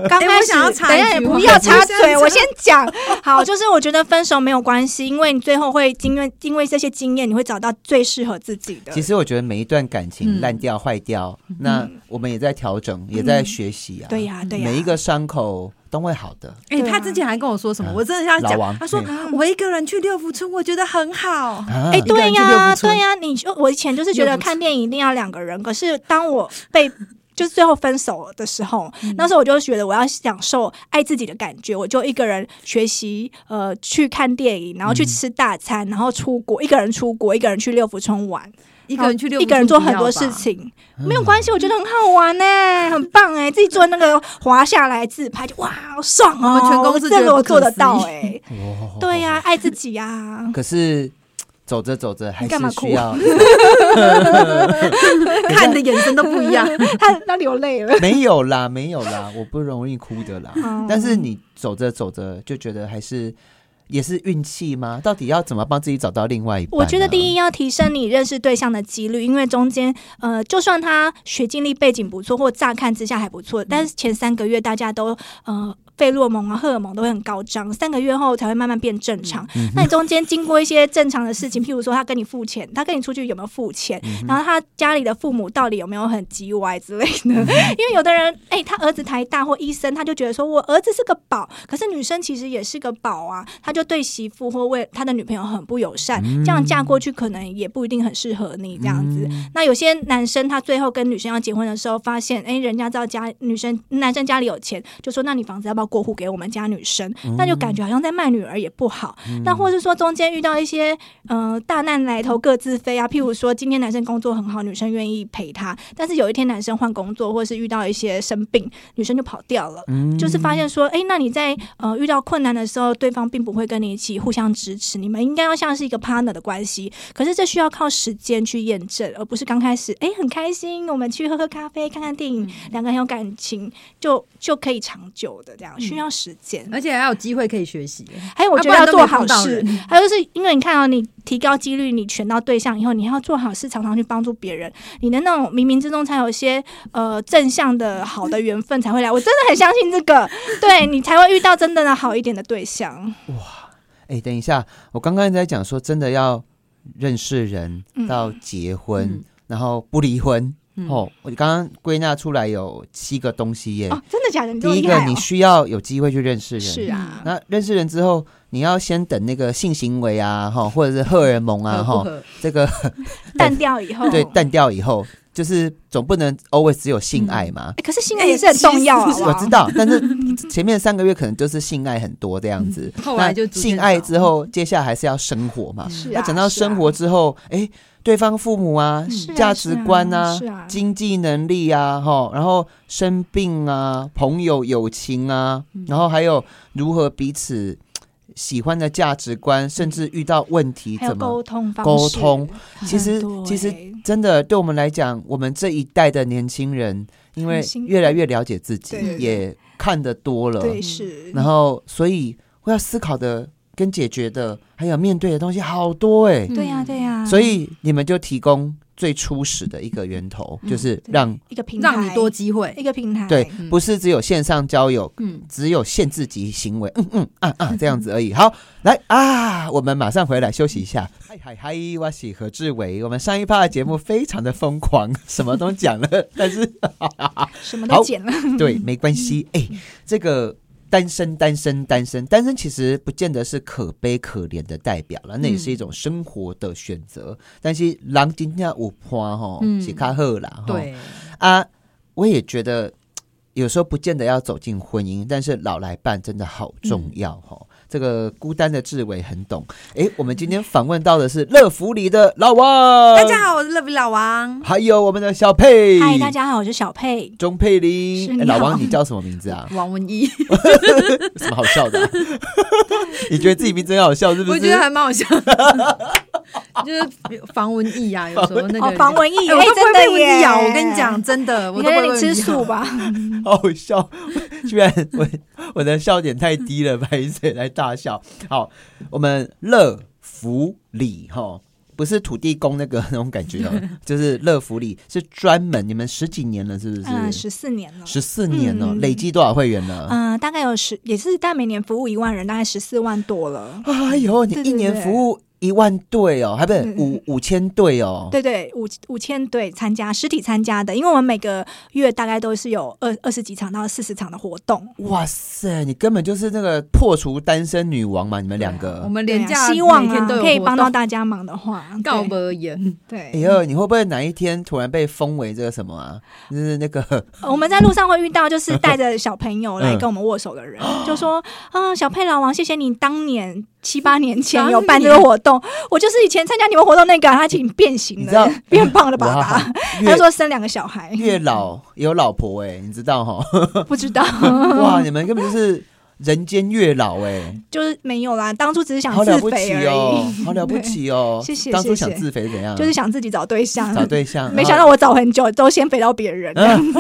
Speaker 3: 刚
Speaker 4: 哎
Speaker 3: 开
Speaker 4: 我
Speaker 3: 始，
Speaker 4: 想要插
Speaker 3: 等一
Speaker 4: 一
Speaker 3: 下也
Speaker 4: 句
Speaker 3: 不
Speaker 4: 话
Speaker 3: 要
Speaker 4: 我
Speaker 3: 插
Speaker 4: 想
Speaker 3: 嘴，
Speaker 4: 插
Speaker 3: 我先讲。好，就是我觉得分手没有关系，因为你最后会经验，因为这些经验，你会找到最适合自己的。
Speaker 1: 其实我觉得每一段感情
Speaker 4: 嗯
Speaker 1: 烂掉、坏掉，那我们也在调整，也在学习啊。
Speaker 3: 嗯对呀、对呀、
Speaker 1: 每一个伤口都会好的。
Speaker 4: 哎、
Speaker 3: 对啊嗯
Speaker 4: 他之前还跟我说什么？
Speaker 1: 嗯
Speaker 4: 我真的要
Speaker 1: 老
Speaker 4: 讲
Speaker 1: 王，嗯
Speaker 4: 他说
Speaker 1: 对
Speaker 4: 我一个人去六福村，我觉得很好。
Speaker 1: 哎
Speaker 3: 哎、
Speaker 4: 个
Speaker 3: 对
Speaker 4: 人去
Speaker 3: 呀、
Speaker 4: 六福村
Speaker 3: 对呀、你就我以前就是觉
Speaker 4: 六
Speaker 3: 得
Speaker 4: 福
Speaker 3: 看电影一定要两个人，可是当我被就是最后分手的时候，
Speaker 4: 嗯
Speaker 3: 那时候我就觉得我要享受爱自己的感觉，我就一个人学习，呃，去看电影，然后去吃大餐，然后出国，一个人出国，一个人去六福村玩，
Speaker 4: 一个人去六福
Speaker 3: 一
Speaker 4: 村
Speaker 3: 个人做很多 事情，没有关系，我觉得很好玩呢、很棒哎、自己做那个滑下来自拍，就哇，好爽哦、
Speaker 4: 我们全公司
Speaker 3: 这
Speaker 4: 觉得
Speaker 3: 个我
Speaker 4: 不可
Speaker 1: 啊
Speaker 3: 做得到
Speaker 4: 思
Speaker 3: 哎、
Speaker 1: 哇
Speaker 3: 对呀、爱自己呀、
Speaker 1: 可是走着走着还
Speaker 3: 你干嘛
Speaker 1: 是
Speaker 3: 哭
Speaker 1: 需 要，
Speaker 4: 看的眼神都不一样。
Speaker 3: 他他流泪了。
Speaker 1: 没有啦，没有啦，我不容易哭的啦。
Speaker 3: 嗯
Speaker 1: 但是你走着走着就觉得还是也是运气吗？到底要怎么帮自己找到另外一半、啊
Speaker 3: 我觉得第
Speaker 1: 一，
Speaker 3: 一要提升你认识对象的几率，因为中间呃，就算他学经历背景不错，或乍看之下还不错，但是前三个月大家都呃。费洛蒙啊，荷尔蒙都会很高涨，三个月后才会慢慢变正常。那你中间经过一些正常的事情，譬如说他跟你付钱，他跟你出去有没有付钱，然后他家里的父母到底有没有很叽歪之类的？因为有的人，哎、他儿子台大或医生，他就觉得说我儿子是个宝，可是女生其实也是个宝啊，他就对媳妇或为他的女朋友很不友善，这样嫁过去可能也不一定很适合你这样子。那有些男生他最后跟女生要结婚的时候，发现哎、诶人家知道家女生男生家里有钱，就说那你房子要不要过户给我们家女生？那就感觉好像在卖女儿也不好。那或是说中间遇到一些呃大难来头各自飞啊，譬如说今天男生工作很好，女生愿意陪他，但是有一天男生换工作，或是遇到一些生病，女生就跑掉了。
Speaker 1: 嗯
Speaker 3: 就是
Speaker 4: 嗯
Speaker 3: 发现说，哎、那你在呃遇到困难的时候，对方并不会跟你一起互相支持，你们应该要像是一个 partner 的关系。可是这需要靠时间去验证，而不是刚开始，哎、很开心，我们去喝喝咖啡、看看电影，
Speaker 4: 嗯
Speaker 3: 两、个很有感情，就就可以长久的这样，需要时间。
Speaker 4: 而且还有机会可以学习，
Speaker 3: 还 有，我觉
Speaker 4: 嗯
Speaker 3: 得
Speaker 4: 哎啊不然
Speaker 3: 要
Speaker 4: 都
Speaker 3: 做
Speaker 4: 没
Speaker 3: 好
Speaker 4: 碰到
Speaker 3: 事
Speaker 4: 人，
Speaker 3: 还有就是因为你看哦，你提高几率，你选到对象以后，你还要做好事，常常去帮助别人，你的那种冥冥之中才有一些呃正向的好的缘分才会来。我真的很相信这个，对你才会遇到真正的好一点的对象。
Speaker 1: 哎、等一下，我刚刚在讲说，真的要认识人
Speaker 3: 嗯
Speaker 1: 到结婚，
Speaker 4: 嗯
Speaker 1: 然后不离婚。
Speaker 4: 嗯
Speaker 1: 哦，我刚刚归纳出来有七个东西耶。
Speaker 3: 哦，真的假的？你这
Speaker 1: 第
Speaker 3: 么
Speaker 1: 一
Speaker 3: 厉
Speaker 1: 个，
Speaker 3: 害
Speaker 1: 你
Speaker 3: 哦！
Speaker 1: 需要有机会去认识人。嗯
Speaker 3: 是啊，
Speaker 1: 那认识人之后，你要先等那个性行为啊，哈，或者是荷尔蒙啊，
Speaker 4: 嗯合不哦
Speaker 1: 哈，
Speaker 4: 合
Speaker 1: 这个
Speaker 3: 淡掉以后，
Speaker 1: 对
Speaker 3: 哎
Speaker 1: 淡掉以后，就是总不能 always 只有
Speaker 4: 嗯
Speaker 1: 性爱嘛。
Speaker 3: 哎可是性爱也是很重要啊。
Speaker 4: 哎其实
Speaker 1: 我
Speaker 3: 好不好
Speaker 1: 知道，但是前面三个月可能就是性爱很多这样子，
Speaker 4: 后来就
Speaker 1: 那
Speaker 4: 逐渐嗯
Speaker 1: 性爱之后，接下来还是要生活嘛。
Speaker 3: 是啊
Speaker 1: 那讲到
Speaker 3: 是啊
Speaker 1: 生活之后，哎，对方父母啊
Speaker 4: 嗯
Speaker 3: 是，啊
Speaker 1: 价值观啊
Speaker 3: 是啊，
Speaker 1: 经济能力啊，哈，然后生病啊，朋友友情啊，
Speaker 3: 嗯
Speaker 1: 然后还有如何彼此喜欢的价值观，甚至遇到问题
Speaker 3: 嗯还有
Speaker 1: 怎么
Speaker 3: 沟通方式，
Speaker 1: 沟通，其实
Speaker 3: 很多
Speaker 1: 其实
Speaker 3: 哎
Speaker 1: 真的对我们来讲，我们这一代的年轻人，因为
Speaker 3: 很辛苦
Speaker 1: 越来越了解自己
Speaker 3: 对，
Speaker 1: 也看得多了，
Speaker 3: 对是，
Speaker 1: 然后所以会要思考的跟解决的，还有面对的东西好多哎、
Speaker 3: 对
Speaker 4: 嗯
Speaker 3: 呀对呀，
Speaker 1: 所以你们就提供最初始的一个源头，就是
Speaker 3: 嗯对
Speaker 1: 让
Speaker 3: 一个平台
Speaker 4: 让你多机会
Speaker 3: 一。个平台，
Speaker 1: 对，
Speaker 4: 嗯
Speaker 1: 不是只有线上交友，
Speaker 4: 嗯，
Speaker 1: 只有限制级行为，嗯嗯啊啊这样子而已。好，来啊，我们马上回来休息一下。嗨嗨嗨，我是何志伟。我们上一趴的节目非常的疯狂， 什么都讲了， 但是
Speaker 3: 什么
Speaker 1: 好
Speaker 3: 都减了，
Speaker 1: 对，没关系。哎、这个单身，单身，单身，单身其实不见得是可悲可怜的代表
Speaker 4: 嗯
Speaker 1: 了，那也是一种生活的选择。但是狼今天有花哈，
Speaker 4: 嗯
Speaker 1: 是卡赫啦，吼
Speaker 4: 对，
Speaker 1: 啊，我也觉得有时候不见得要走进婚姻，但是老来伴真的好重要哈、吼这个孤单的志伟很懂。哎，我们今天访问到的是乐福里的老王，
Speaker 3: 呃
Speaker 4: 大家好，我是 Love 老王，
Speaker 1: 还有我们的小佩，
Speaker 3: 嗨，大。家好，我是小佩。
Speaker 1: 钟佩
Speaker 3: 是
Speaker 1: 玲，
Speaker 3: 你
Speaker 1: 诶老王，
Speaker 3: 好
Speaker 1: 你叫什么名字啊？
Speaker 4: 王文一，
Speaker 1: 有什么好笑的啊、你觉得自己名字很好笑是不
Speaker 4: 我
Speaker 1: 是？
Speaker 4: 觉得还蛮好笑的， 就是防蚊疫啊，有时候那
Speaker 3: 哦
Speaker 4: 个，
Speaker 3: 防蚊疫，
Speaker 4: 哎，我
Speaker 3: 哎
Speaker 4: 都不会
Speaker 3: 真的
Speaker 4: 被蚊
Speaker 3: 耶！
Speaker 4: 子咬，我跟你， 讲，真的，我
Speaker 3: 你
Speaker 4: 都
Speaker 3: 可
Speaker 4: 不会被
Speaker 3: 能
Speaker 4: 蚊
Speaker 3: 你
Speaker 4: 子
Speaker 3: 吃
Speaker 4: 咬
Speaker 3: 素吧？
Speaker 1: 好好笑， 居然我我的笑点太低了，白水来大笑。好，我们乐福里哈，不是土地公那个那种感觉 哦，就是乐福里是专门你们十几年了，是不
Speaker 3: 嗯，
Speaker 1: 是？
Speaker 3: 十四年了。
Speaker 1: 十四年哦，
Speaker 3: 嗯
Speaker 1: 累积多少会员呢？
Speaker 3: 嗯、大概有十，也是大概每年服务一万人，大概十四万多了。
Speaker 1: 哎呦，你
Speaker 3: 对对
Speaker 1: 一年
Speaker 3: 对
Speaker 1: 服务一万对哦，还 不是五五千对哦。
Speaker 3: 对对，五五千对参加实体参加的，因为我们每个月大概都是有二二十几场到四十场的活动。
Speaker 1: 哇塞，你根本就是那个破除单身女王嘛，你们两
Speaker 4: 我
Speaker 1: 个。
Speaker 4: 们
Speaker 3: 对
Speaker 4: 廉
Speaker 3: 啊
Speaker 4: 价
Speaker 3: 希望
Speaker 4: 每天
Speaker 3: 啊
Speaker 4: 都有
Speaker 3: 可以
Speaker 4: 活
Speaker 3: 帮到
Speaker 4: 动
Speaker 3: 大家忙的话，
Speaker 4: 告
Speaker 3: 对
Speaker 4: 白言，
Speaker 1: 哎
Speaker 3: 对，
Speaker 1: 呦，你会不会哪一天突然被封为这个什么啊？就是那个
Speaker 3: 呃我们在路上会遇 到，就是带着小朋友来
Speaker 1: 嗯
Speaker 3: 跟我们握手的人，就说：“嗯，小佩老王，谢谢你当年七八年前有办这个活动，我就是以前参加你们活动那个啊，他已经变形
Speaker 1: 你知道
Speaker 3: 了，变胖的爸
Speaker 1: 哇
Speaker 3: 爸。”
Speaker 1: 月
Speaker 3: 他说生两个 小孩，
Speaker 1: 月老有老婆哎、你知道哈？
Speaker 3: 不知道，
Speaker 1: 哇，你们根本就是人间月老哎、
Speaker 3: 就是没有啦，当初只是想
Speaker 1: 好了
Speaker 3: 自
Speaker 1: 不
Speaker 3: 肥
Speaker 1: 起
Speaker 3: 而已，
Speaker 1: 哦，好了不起哦。
Speaker 3: 谢谢
Speaker 1: 当初
Speaker 3: 谢
Speaker 1: 想
Speaker 3: 谢
Speaker 1: 自肥怎样？
Speaker 3: 就是想自己找对象。
Speaker 1: 找对嗯象， 啊
Speaker 3: 没
Speaker 1: 然后
Speaker 3: 想到我找很久，都先肥到别人，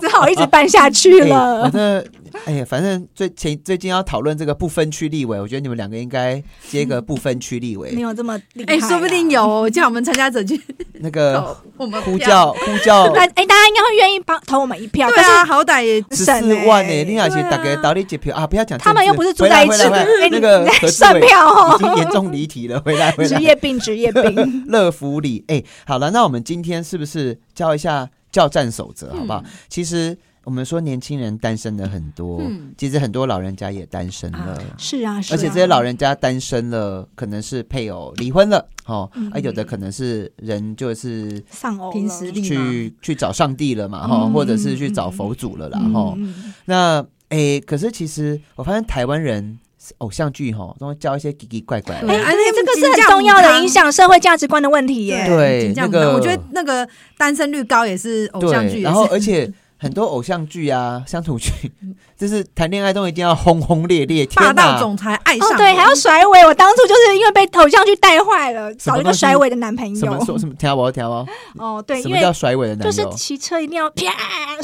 Speaker 3: 只好一直办下去
Speaker 1: 哎
Speaker 3: 了
Speaker 1: 反。正哎呀，反正最前最近要讨论这个不分区立委，我觉得你们两个应该接个不分区立
Speaker 3: 没
Speaker 1: 委，
Speaker 3: 有这么厉害
Speaker 4: 哎、
Speaker 3: 啊啦，
Speaker 4: 说不定有哦叫我们参加者去
Speaker 1: 那个
Speaker 3: 哦
Speaker 4: 投我们
Speaker 1: 呼
Speaker 4: 票。
Speaker 1: 叫呼叫
Speaker 3: 那哎，大家应该会愿意帮投我们一票，
Speaker 4: 对
Speaker 3: 但
Speaker 4: 啊，
Speaker 3: 是
Speaker 4: 好歹也
Speaker 1: 十
Speaker 3: 省
Speaker 1: 四万
Speaker 3: 欸
Speaker 1: 呢，你要是
Speaker 4: 对啊
Speaker 1: 打给倒立解票啊，不要讲政治，
Speaker 3: 他们又不是住
Speaker 1: 回来
Speaker 3: 在一起
Speaker 1: 回来回来
Speaker 3: 哎，
Speaker 1: 那
Speaker 3: 你
Speaker 1: 个
Speaker 3: 在
Speaker 1: 何志
Speaker 3: 算
Speaker 1: 伟
Speaker 3: 票哦
Speaker 1: 已经严重离题了，回来回
Speaker 3: 职
Speaker 1: 来，
Speaker 3: 业病，职 业病。
Speaker 1: 乐福里，哎，好了，那我们今天是不是教一下教战守则，
Speaker 3: 嗯
Speaker 1: 好不好？其实我们说年轻人单身的很多
Speaker 4: 嗯，
Speaker 1: 其实很多老人家也单身了。
Speaker 4: 啊
Speaker 3: 是啊，是
Speaker 1: 而
Speaker 3: 啊
Speaker 1: 且这些老人家单身了，可能是配偶离婚了，哦，
Speaker 3: 嗯
Speaker 1: 啊，有的可能是人就是
Speaker 3: 丧偶了，
Speaker 4: 凭实力嘛。
Speaker 1: 去去找上帝了嘛，哈、
Speaker 3: 嗯
Speaker 1: 或者是去找佛祖了啦，哈、
Speaker 3: 嗯嗯
Speaker 1: 那诶、可是其实我发现台湾人偶像剧哈，都会教一些奇奇怪怪的。
Speaker 4: 对
Speaker 3: 哎、
Speaker 4: 啊那
Speaker 3: 这个
Speaker 4: 不
Speaker 3: 是很
Speaker 4: 仅这样
Speaker 3: 重要
Speaker 4: 不
Speaker 3: 的
Speaker 4: 汤
Speaker 3: 影响社会价值观的问题耶。
Speaker 1: 对
Speaker 4: 紧张
Speaker 1: 那个
Speaker 4: 我觉得那个单身率高也是偶像剧，
Speaker 1: 对，然后而且很多偶像剧啊、乡土 剧，就是谈恋爱都一定要轰轰烈烈，天
Speaker 4: 霸道
Speaker 1: 哪！
Speaker 4: 总裁爱上
Speaker 3: 哦，对，还要甩尾。我当初就是因为被偶像剧带坏了，
Speaker 1: 什么
Speaker 3: 找了一
Speaker 1: 东
Speaker 3: 个
Speaker 1: 西
Speaker 3: 甩尾的男朋
Speaker 1: 什么
Speaker 3: 友。
Speaker 1: 说什么调哦调哦，
Speaker 3: 哦，对，
Speaker 1: 什
Speaker 3: 因
Speaker 1: 么
Speaker 3: 为
Speaker 1: 叫甩尾的
Speaker 3: 就
Speaker 1: 男
Speaker 3: 是
Speaker 1: 友？嗯
Speaker 3: 骑车一定要啪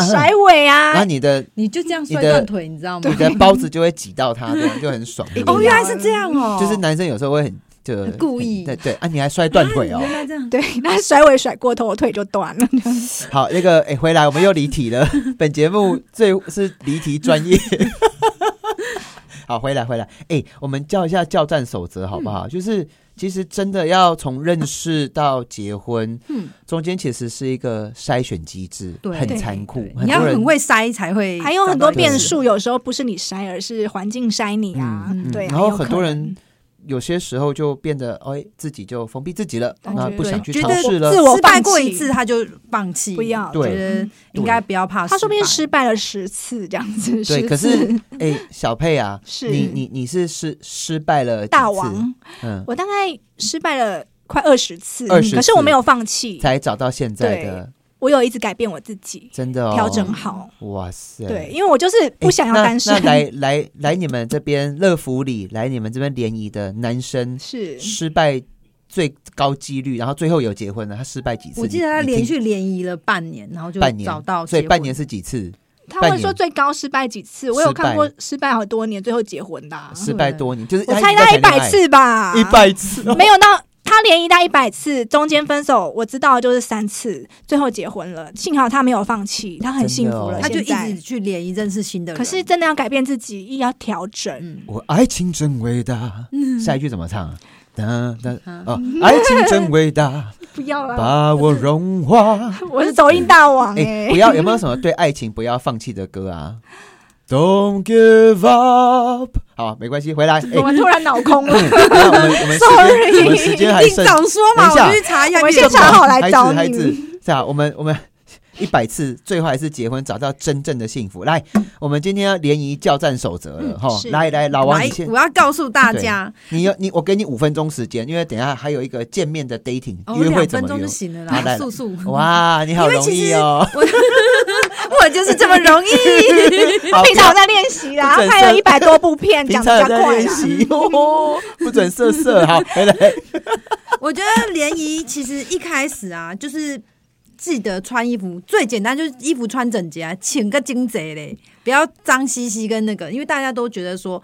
Speaker 3: 甩尾
Speaker 1: 然后
Speaker 3: 啊。
Speaker 1: 你的
Speaker 4: 你就这样
Speaker 1: 摔
Speaker 4: 摔
Speaker 1: 断
Speaker 4: 断腿，你知道吗
Speaker 1: 你？的包子就会挤到他，这样就很爽。对不对
Speaker 4: 哦，原来是这样哦，
Speaker 1: 就是男生有时候会很就
Speaker 4: 很故意
Speaker 1: 对对啊，你还摔断腿哦
Speaker 4: 原。来这样，
Speaker 3: 对，那甩尾甩过头，我腿就断了。
Speaker 1: 好，那个哎，回来我们又离题 了。本节目最是离题专业。 好，回来回来，哎，我们教一下教战守则好不
Speaker 3: 嗯
Speaker 1: 好？就是其实真的要从认识到结婚，
Speaker 4: 嗯
Speaker 1: 中间其实是一个筛选机制，
Speaker 4: 对
Speaker 1: 很残酷，
Speaker 4: 你要
Speaker 1: 多人
Speaker 4: 很会塞才
Speaker 1: 哎
Speaker 4: 会，
Speaker 3: 还有很多
Speaker 1: 对
Speaker 3: 变数，有时候不是你筛，而是环境筛你啊。
Speaker 4: 嗯嗯
Speaker 3: 对啊，
Speaker 1: 然后
Speaker 3: 有可
Speaker 1: 很多
Speaker 3: 能
Speaker 1: 人。有些时候就变得哎，自己就封闭自己了，
Speaker 3: 感
Speaker 1: 那
Speaker 3: 觉
Speaker 1: 不想去
Speaker 4: 觉
Speaker 1: 尝
Speaker 4: 得
Speaker 1: 试了。
Speaker 3: 自我
Speaker 4: 失败
Speaker 3: 放
Speaker 4: 过
Speaker 3: 弃
Speaker 4: 一次他就放弃，
Speaker 3: 不要
Speaker 1: 对
Speaker 4: 觉得应该不要怕失败，
Speaker 3: 啊他说不定失败了十次这样子。
Speaker 1: 对，
Speaker 3: 10
Speaker 1: 可是
Speaker 3: 次
Speaker 1: 哎、小佩啊，
Speaker 3: 是
Speaker 1: 你你你是失失败了几
Speaker 3: 大
Speaker 1: 次
Speaker 3: 王，
Speaker 1: 嗯，
Speaker 3: 我大概失败了快二十次，
Speaker 1: 20
Speaker 3: 可是我
Speaker 1: 次
Speaker 3: 没有放弃，
Speaker 1: 才找到现在的，
Speaker 3: 我有一直改变我自己，
Speaker 1: 真的哦，
Speaker 3: 调整好。
Speaker 1: 哇塞，
Speaker 3: 对，因为我就是
Speaker 1: 哎
Speaker 3: 不想要
Speaker 1: 那
Speaker 3: 单身。
Speaker 1: 那来来来，你们这边乐福里，来你们这边联谊的男生
Speaker 3: 是
Speaker 1: 失败最高几率，然后最后有结婚了，他失败几次？
Speaker 4: 我记得
Speaker 1: 你
Speaker 4: 他
Speaker 1: 你
Speaker 4: 联
Speaker 1: 听
Speaker 4: 续联谊了半年，然后就
Speaker 1: 半年
Speaker 4: 找到结婚，
Speaker 1: 所以半年是几次？
Speaker 3: 他
Speaker 1: 半
Speaker 3: 们说
Speaker 1: 年
Speaker 3: 最高失败几次，我
Speaker 1: 失
Speaker 3: 有看
Speaker 1: 败
Speaker 3: 过失败好多年，最后结婚的啊、
Speaker 1: 失败多年，就是
Speaker 3: 我
Speaker 1: 他
Speaker 3: 猜
Speaker 1: 一直在
Speaker 3: 大概
Speaker 1: 谈恋
Speaker 3: 一百
Speaker 1: 爱，
Speaker 3: 次吧，
Speaker 1: 一百次哦，
Speaker 3: 没有到。他连一大一百次，中间分手，我知道的就是三次，最后结婚了。幸好他没有放弃，他很
Speaker 1: 哦
Speaker 3: 幸福了。
Speaker 4: 他就一
Speaker 3: 现在
Speaker 4: 直去联谊认识新的人，
Speaker 3: 可是真的要改变自己，一要调整。
Speaker 4: 嗯，
Speaker 1: 我爱情真伟大。
Speaker 3: 嗯
Speaker 1: 下一句怎么唱啊？哒哒
Speaker 4: 啊
Speaker 1: 哦，爱情真伟大，
Speaker 3: 不要啦，
Speaker 1: 把我融化。
Speaker 3: 我是走音大王
Speaker 1: 哎、
Speaker 3: 哎、
Speaker 1: 不要有没有什么对爱情不要放弃的歌啊？Don't give up。好，没关系，回来。哎、
Speaker 3: 我们突然脑空了。
Speaker 1: 那我们我们时间
Speaker 3: Sorry
Speaker 1: 哎我们时间还
Speaker 4: 一定
Speaker 1: 剩，
Speaker 4: 早说嘛，
Speaker 1: 等一下
Speaker 4: 我就去查一下
Speaker 3: 我
Speaker 4: 月
Speaker 3: 先
Speaker 4: 老
Speaker 3: 查好来
Speaker 1: 孩子
Speaker 3: 找你
Speaker 1: 孩子是啊，我们我们。一百次，最后还是结婚，找到真正的幸福。来，我们今天要联谊教战守则了哈、
Speaker 3: 是
Speaker 1: 来来，哎老王，
Speaker 4: 来
Speaker 1: 你先，
Speaker 4: 我要告诉大家，
Speaker 1: 你有你，我给你五分钟时间，因为等一下还有一个见面的 dating、
Speaker 4: 哦，
Speaker 1: 约会
Speaker 4: 两
Speaker 1: 怎
Speaker 4: 分
Speaker 1: 么
Speaker 4: 钟
Speaker 1: 约
Speaker 4: 就。行了
Speaker 1: 好来
Speaker 4: 啦，速速，
Speaker 1: 哇，你好容易哦，
Speaker 4: 我就是这么容易。
Speaker 1: 好
Speaker 3: 平常有在练习啦，
Speaker 1: 不准
Speaker 3: 拍了一百多部 片，
Speaker 1: 平
Speaker 3: 讲
Speaker 1: 常有
Speaker 3: 的比较
Speaker 1: 在
Speaker 3: 快
Speaker 1: 练
Speaker 3: 啦。
Speaker 1: 习哦，不准色色。好，回来。
Speaker 4: 我觉得联谊其实一开始啊，就是记得穿衣服，最简单就是衣服穿整洁啊，请个精贼嘞，不要脏兮兮跟那个，因为大家都觉得说，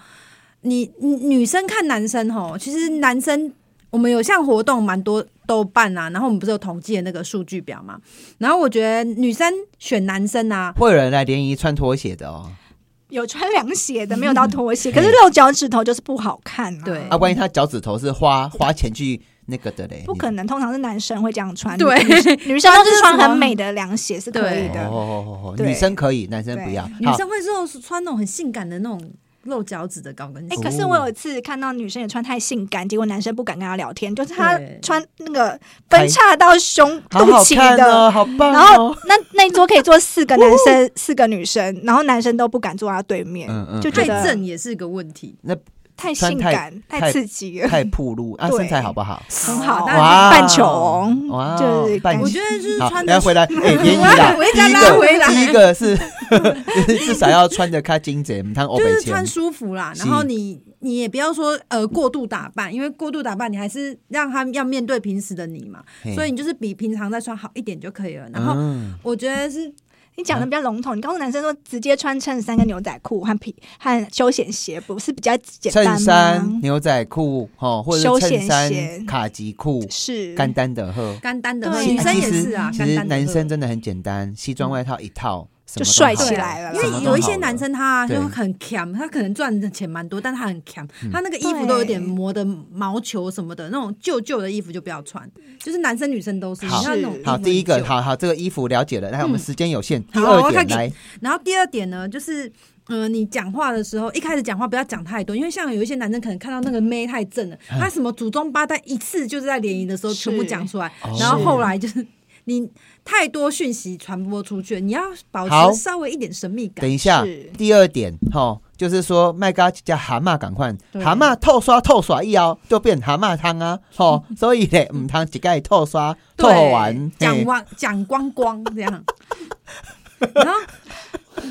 Speaker 4: 你你女生看男生吼，其实男生我们有项活动蛮多都办啊，然后我们不是有统计的那个数据表嘛，然后我觉得女生选男生啊，
Speaker 1: 会有人来联谊穿拖鞋的哦，
Speaker 3: 有穿凉鞋的，没有到 拖鞋，可是露脚趾头就是不好看啊。
Speaker 4: 对
Speaker 1: 啊，万一他脚趾头是花花钱去那个的嘞，
Speaker 3: 不可能，通常是男生会这样穿，
Speaker 4: 对
Speaker 3: 女生 女生都是
Speaker 4: 穿那个什
Speaker 3: 穿
Speaker 4: 么
Speaker 3: 很美的凉鞋是可以
Speaker 1: 哦
Speaker 3: 的。
Speaker 1: 哦哦哦，
Speaker 3: 对
Speaker 1: 女生可以，男生不要。
Speaker 4: 女
Speaker 1: 好，
Speaker 4: 生会露穿那种很性感的那种露脚趾的高跟
Speaker 3: 哎、
Speaker 4: 鞋。
Speaker 1: 哦
Speaker 3: 可是我有一次看到女生也穿太性感，结果男生不敢跟她聊天，就是她
Speaker 4: 对
Speaker 3: 穿那个分叉到胸肚
Speaker 1: 好好
Speaker 3: 脐
Speaker 1: 看
Speaker 3: 的，
Speaker 1: 哦，好棒
Speaker 3: 然后
Speaker 1: 哦。
Speaker 3: 那那一桌可以坐四个男生，四个女生，然后男生都不敢坐她对面，
Speaker 1: 嗯嗯
Speaker 3: 就觉
Speaker 4: 太
Speaker 3: 得
Speaker 4: 正也是个问题，
Speaker 3: 太
Speaker 1: 穿
Speaker 3: 性
Speaker 1: 太
Speaker 3: 感、太
Speaker 1: 太
Speaker 3: 刺激了，
Speaker 1: 太暴露啊，
Speaker 3: 对
Speaker 1: 身材好不好？
Speaker 3: 很好，
Speaker 4: 哇
Speaker 3: 但是半球
Speaker 1: 哇，
Speaker 3: 就是
Speaker 1: 半
Speaker 3: 感
Speaker 4: 我
Speaker 1: 球
Speaker 4: 觉得就是
Speaker 1: 好，
Speaker 4: 穿
Speaker 1: 等下
Speaker 4: 的，
Speaker 1: 回来，哎，联谊啦
Speaker 4: 我一
Speaker 1: 第
Speaker 4: 直要
Speaker 1: 一
Speaker 4: 拉回
Speaker 1: 个
Speaker 4: 来
Speaker 1: 第一个是 至少要穿的开精简，唔通欧
Speaker 4: 就
Speaker 1: 北
Speaker 4: 是
Speaker 1: 钱
Speaker 4: 穿。舒服啦，
Speaker 1: 是
Speaker 4: 然后你你也不要说呃过度打扮，因为过度打扮你还是让他要面对平时的你嘛，
Speaker 1: 嘿
Speaker 4: 所以你就是比平常再穿好一点就可以了。然后
Speaker 1: 嗯，
Speaker 4: 我觉得是
Speaker 3: 你讲的比较笼统，你告诉男生说直接穿衬衫跟牛仔裤和皮和休闲鞋，不是比较简单吗？
Speaker 1: 衬衫、牛仔裤，哦，或者
Speaker 3: 休
Speaker 1: 是衬
Speaker 3: 闲
Speaker 1: 衫
Speaker 3: 鞋、
Speaker 1: 卡其裤，
Speaker 3: 是
Speaker 1: 干单的呵。
Speaker 4: 干单的，
Speaker 3: 对
Speaker 4: 女生
Speaker 1: 哎其
Speaker 4: 也
Speaker 1: 实
Speaker 4: 是啊，
Speaker 1: 其
Speaker 4: 干
Speaker 1: 实
Speaker 4: 单的嗯
Speaker 1: 男生真的很简单，西装外套一套，什么
Speaker 3: 就
Speaker 1: 都
Speaker 3: 帅
Speaker 1: 好
Speaker 3: 起
Speaker 1: 了
Speaker 3: 来了
Speaker 4: 因
Speaker 3: 啦。
Speaker 1: 什么
Speaker 4: 为
Speaker 1: 都
Speaker 4: 有一些
Speaker 1: 好
Speaker 4: 男
Speaker 1: 了
Speaker 4: 生他啊
Speaker 1: 对嗯
Speaker 4: 就很强，他可能赚的钱蛮多，但他很强，他那个衣服
Speaker 3: 对
Speaker 4: 都有点磨的毛球什么的，那种旧旧的衣服就不要穿，就是男生女生都是。
Speaker 1: 好
Speaker 4: 你知道那种衣服
Speaker 1: 好，第一
Speaker 4: 很
Speaker 1: 个，
Speaker 4: 旧。
Speaker 1: 好好，这个衣服了解了。来，我们时间有限，第
Speaker 4: 好
Speaker 1: 二
Speaker 4: 我
Speaker 1: 点
Speaker 4: 看你
Speaker 1: 来，
Speaker 4: 然后第二点呢，就是。嗯、你讲话的时候，一开始讲话不要讲太多，因为像有一些男生可能看到那个妹太正了，他什么祖宗八代一次就是在联谊的时候
Speaker 3: 是
Speaker 4: 全部讲出来
Speaker 1: 哦，
Speaker 4: 然后后来就是你太多讯息传播出去，你要保
Speaker 1: 好
Speaker 4: 持稍微一点神秘感
Speaker 1: 等。一下
Speaker 3: 是，
Speaker 1: 第二点哈、吼就是说麦嘎加蛤蟆赶快，
Speaker 4: 对
Speaker 1: 蛤蟆透刷透刷一熬就变蛤蟆汤啊，吼、所以嘞，唔汤一盖透刷透完，
Speaker 4: 嗯讲
Speaker 1: 嘿
Speaker 4: 光讲光光这样。然后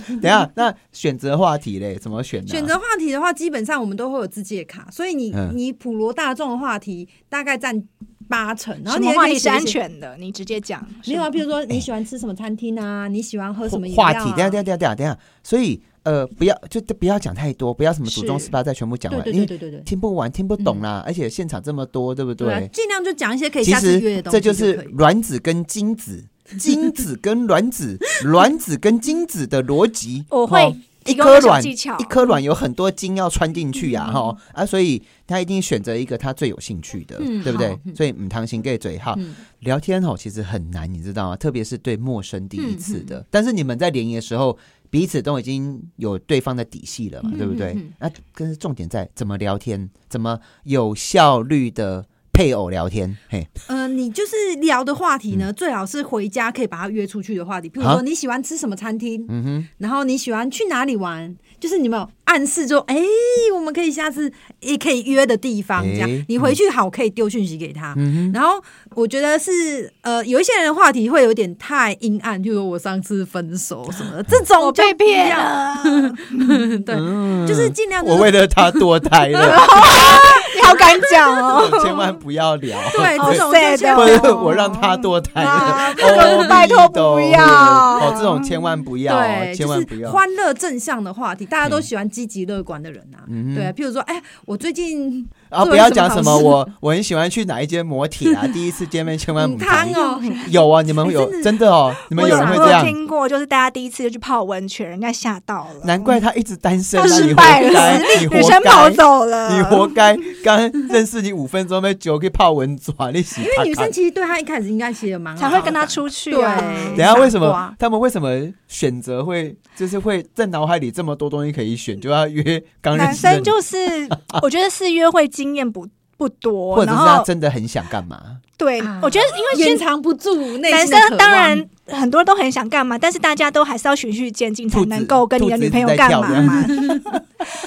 Speaker 1: 等一下那选择话题嘞怎么选、啊呢？
Speaker 4: 选择话题的话，基本上我们都会有自己的卡，所以你、
Speaker 1: 嗯
Speaker 4: 你普罗大众的话题大概占八成，然后
Speaker 3: 什
Speaker 4: 你
Speaker 3: 么
Speaker 4: 也
Speaker 3: 话
Speaker 4: 可以
Speaker 3: 题是
Speaker 4: 写一
Speaker 3: 安
Speaker 4: 些。
Speaker 3: 全的？你直接讲。
Speaker 4: 没有啊，
Speaker 3: 什么
Speaker 4: 譬如说你喜欢吃什么餐厅啊，你喜欢喝什么饮料、
Speaker 1: 话
Speaker 4: 啊、
Speaker 1: 题？等一下等一下等一下等一下，所以呃，不要就不要讲太多，不要什么祖宗
Speaker 3: 是
Speaker 1: 十八代全部讲
Speaker 4: 对
Speaker 1: 完，
Speaker 4: 对
Speaker 1: 因
Speaker 4: 对
Speaker 1: 为
Speaker 4: 对对对。嗯
Speaker 1: 听不完听不懂啦，而且现场这么多，对不对？
Speaker 4: 对啊，尽量就讲一些可以
Speaker 1: 其
Speaker 4: 下次约
Speaker 1: 实
Speaker 4: 的东
Speaker 1: 这
Speaker 4: 西
Speaker 1: 就是
Speaker 4: 可以
Speaker 1: 卵子跟精子，精子跟卵子， 卵子跟精子的逻辑。
Speaker 3: 我会
Speaker 1: 哦一
Speaker 3: 提供
Speaker 1: 颗
Speaker 3: 一个小
Speaker 1: 卵，
Speaker 3: 技巧
Speaker 1: 一颗
Speaker 4: 嗯
Speaker 1: 卵有很多精要穿进去呀、啊，哈、啊，所以他一定选择一个他最有兴趣的，
Speaker 4: 嗯
Speaker 1: 对不对
Speaker 4: 好？嗯
Speaker 1: 所以嗯，糖心给嘴哈，
Speaker 4: 嗯
Speaker 1: 聊天哦其实很难，你知道吗？特别是对陌生第一次
Speaker 4: 嗯
Speaker 1: 的，但是你们在联谊的时候。彼此都已经有对方的底细了嘛，对不对？
Speaker 4: 嗯
Speaker 1: 那更是重点在怎么聊天，怎么有效率的配偶聊天。嘿，
Speaker 4: 呃，你就是聊的话题呢，最好是回家可以把它约出去的话题，譬如
Speaker 1: 啊
Speaker 4: 说你喜欢吃什么餐厅，嗯哼，然后你喜欢去哪里玩，就是你们有暗示就哎、我们可以下次也可以约的地方，这样、
Speaker 1: 哎
Speaker 4: 你回去好可以丢讯息给他。然后我觉得是呃，有一些人的话题会有点太阴暗，就如我上次分手什么 的，这种
Speaker 3: 我
Speaker 4: 就
Speaker 3: 被
Speaker 4: 不
Speaker 3: 骗
Speaker 4: 要，
Speaker 3: 了，
Speaker 4: 对，就是尽 量、
Speaker 1: 嗯
Speaker 4: 就
Speaker 1: 我
Speaker 4: 是、
Speaker 1: 为了他堕胎了，
Speaker 3: 你 好敢讲哦！
Speaker 1: 千万不要聊。
Speaker 4: 对
Speaker 3: 好
Speaker 4: 这种
Speaker 3: sad
Speaker 4: 就
Speaker 1: 或
Speaker 3: 哦
Speaker 4: 是
Speaker 1: 者我让他堕胎 了，哦，
Speaker 3: 拜托不要
Speaker 1: 哦，这种千万不要，哦啊
Speaker 4: 对，
Speaker 1: 千万不
Speaker 4: 就是
Speaker 1: 要。嗯
Speaker 4: 欢乐正向的话题，大家都喜欢积极乐观的人啊。对啊，譬如说，哎，我最近
Speaker 1: 然后嗯啊不
Speaker 4: 做了
Speaker 1: 要
Speaker 4: 什么
Speaker 1: 讲
Speaker 4: 好
Speaker 1: 什么
Speaker 4: 事
Speaker 1: 我我很喜欢去哪一间摩铁啊，第一次见面千万
Speaker 4: 很
Speaker 1: 不
Speaker 4: 汤
Speaker 1: 要。
Speaker 4: 哦，
Speaker 1: 有啊，你们有真的哦，你们
Speaker 3: 我
Speaker 1: 有
Speaker 3: 有
Speaker 1: 人会这
Speaker 3: 我有
Speaker 1: 样，
Speaker 3: 听过，就是大家第一次就去泡温泉，人家吓到了，
Speaker 1: 难怪他一直单身啊，
Speaker 3: 他
Speaker 1: 你
Speaker 3: 失
Speaker 1: 活
Speaker 3: 败
Speaker 1: 该，
Speaker 3: 了，
Speaker 1: 你
Speaker 3: 实力女
Speaker 1: 活
Speaker 3: 生跑
Speaker 1: 该，
Speaker 3: 走了，
Speaker 1: 你活该。刚认识你五分钟被酒给泡文抓，你洗
Speaker 4: 因
Speaker 1: 他
Speaker 4: 为女
Speaker 1: 看
Speaker 4: 生其实对他一开始应该其实也蛮好
Speaker 3: 才
Speaker 4: 的
Speaker 3: 会跟他。出去啊。
Speaker 4: 对
Speaker 1: 等一下为什
Speaker 4: 傻
Speaker 1: 么
Speaker 4: 瓜
Speaker 1: 他们为什么选择会就是会在脑海里这么多东西可以选，就要约刚认
Speaker 3: 男
Speaker 1: 识的
Speaker 3: 生
Speaker 1: 女
Speaker 3: 就是，我觉得是约会经验不不多，
Speaker 1: 或者
Speaker 3: 然
Speaker 1: 是他
Speaker 3: 后
Speaker 1: 真的很想干嘛？
Speaker 3: 对
Speaker 4: 啊，
Speaker 3: 我觉得因为
Speaker 4: 掩
Speaker 3: 其实
Speaker 4: 藏不住内
Speaker 3: 男
Speaker 4: 心的渴
Speaker 3: 生
Speaker 4: 望
Speaker 3: 当然很多都很想干嘛，但是大家都还是要循序渐进，才
Speaker 1: 兔子
Speaker 3: 能够跟你的女朋友干嘛嘛。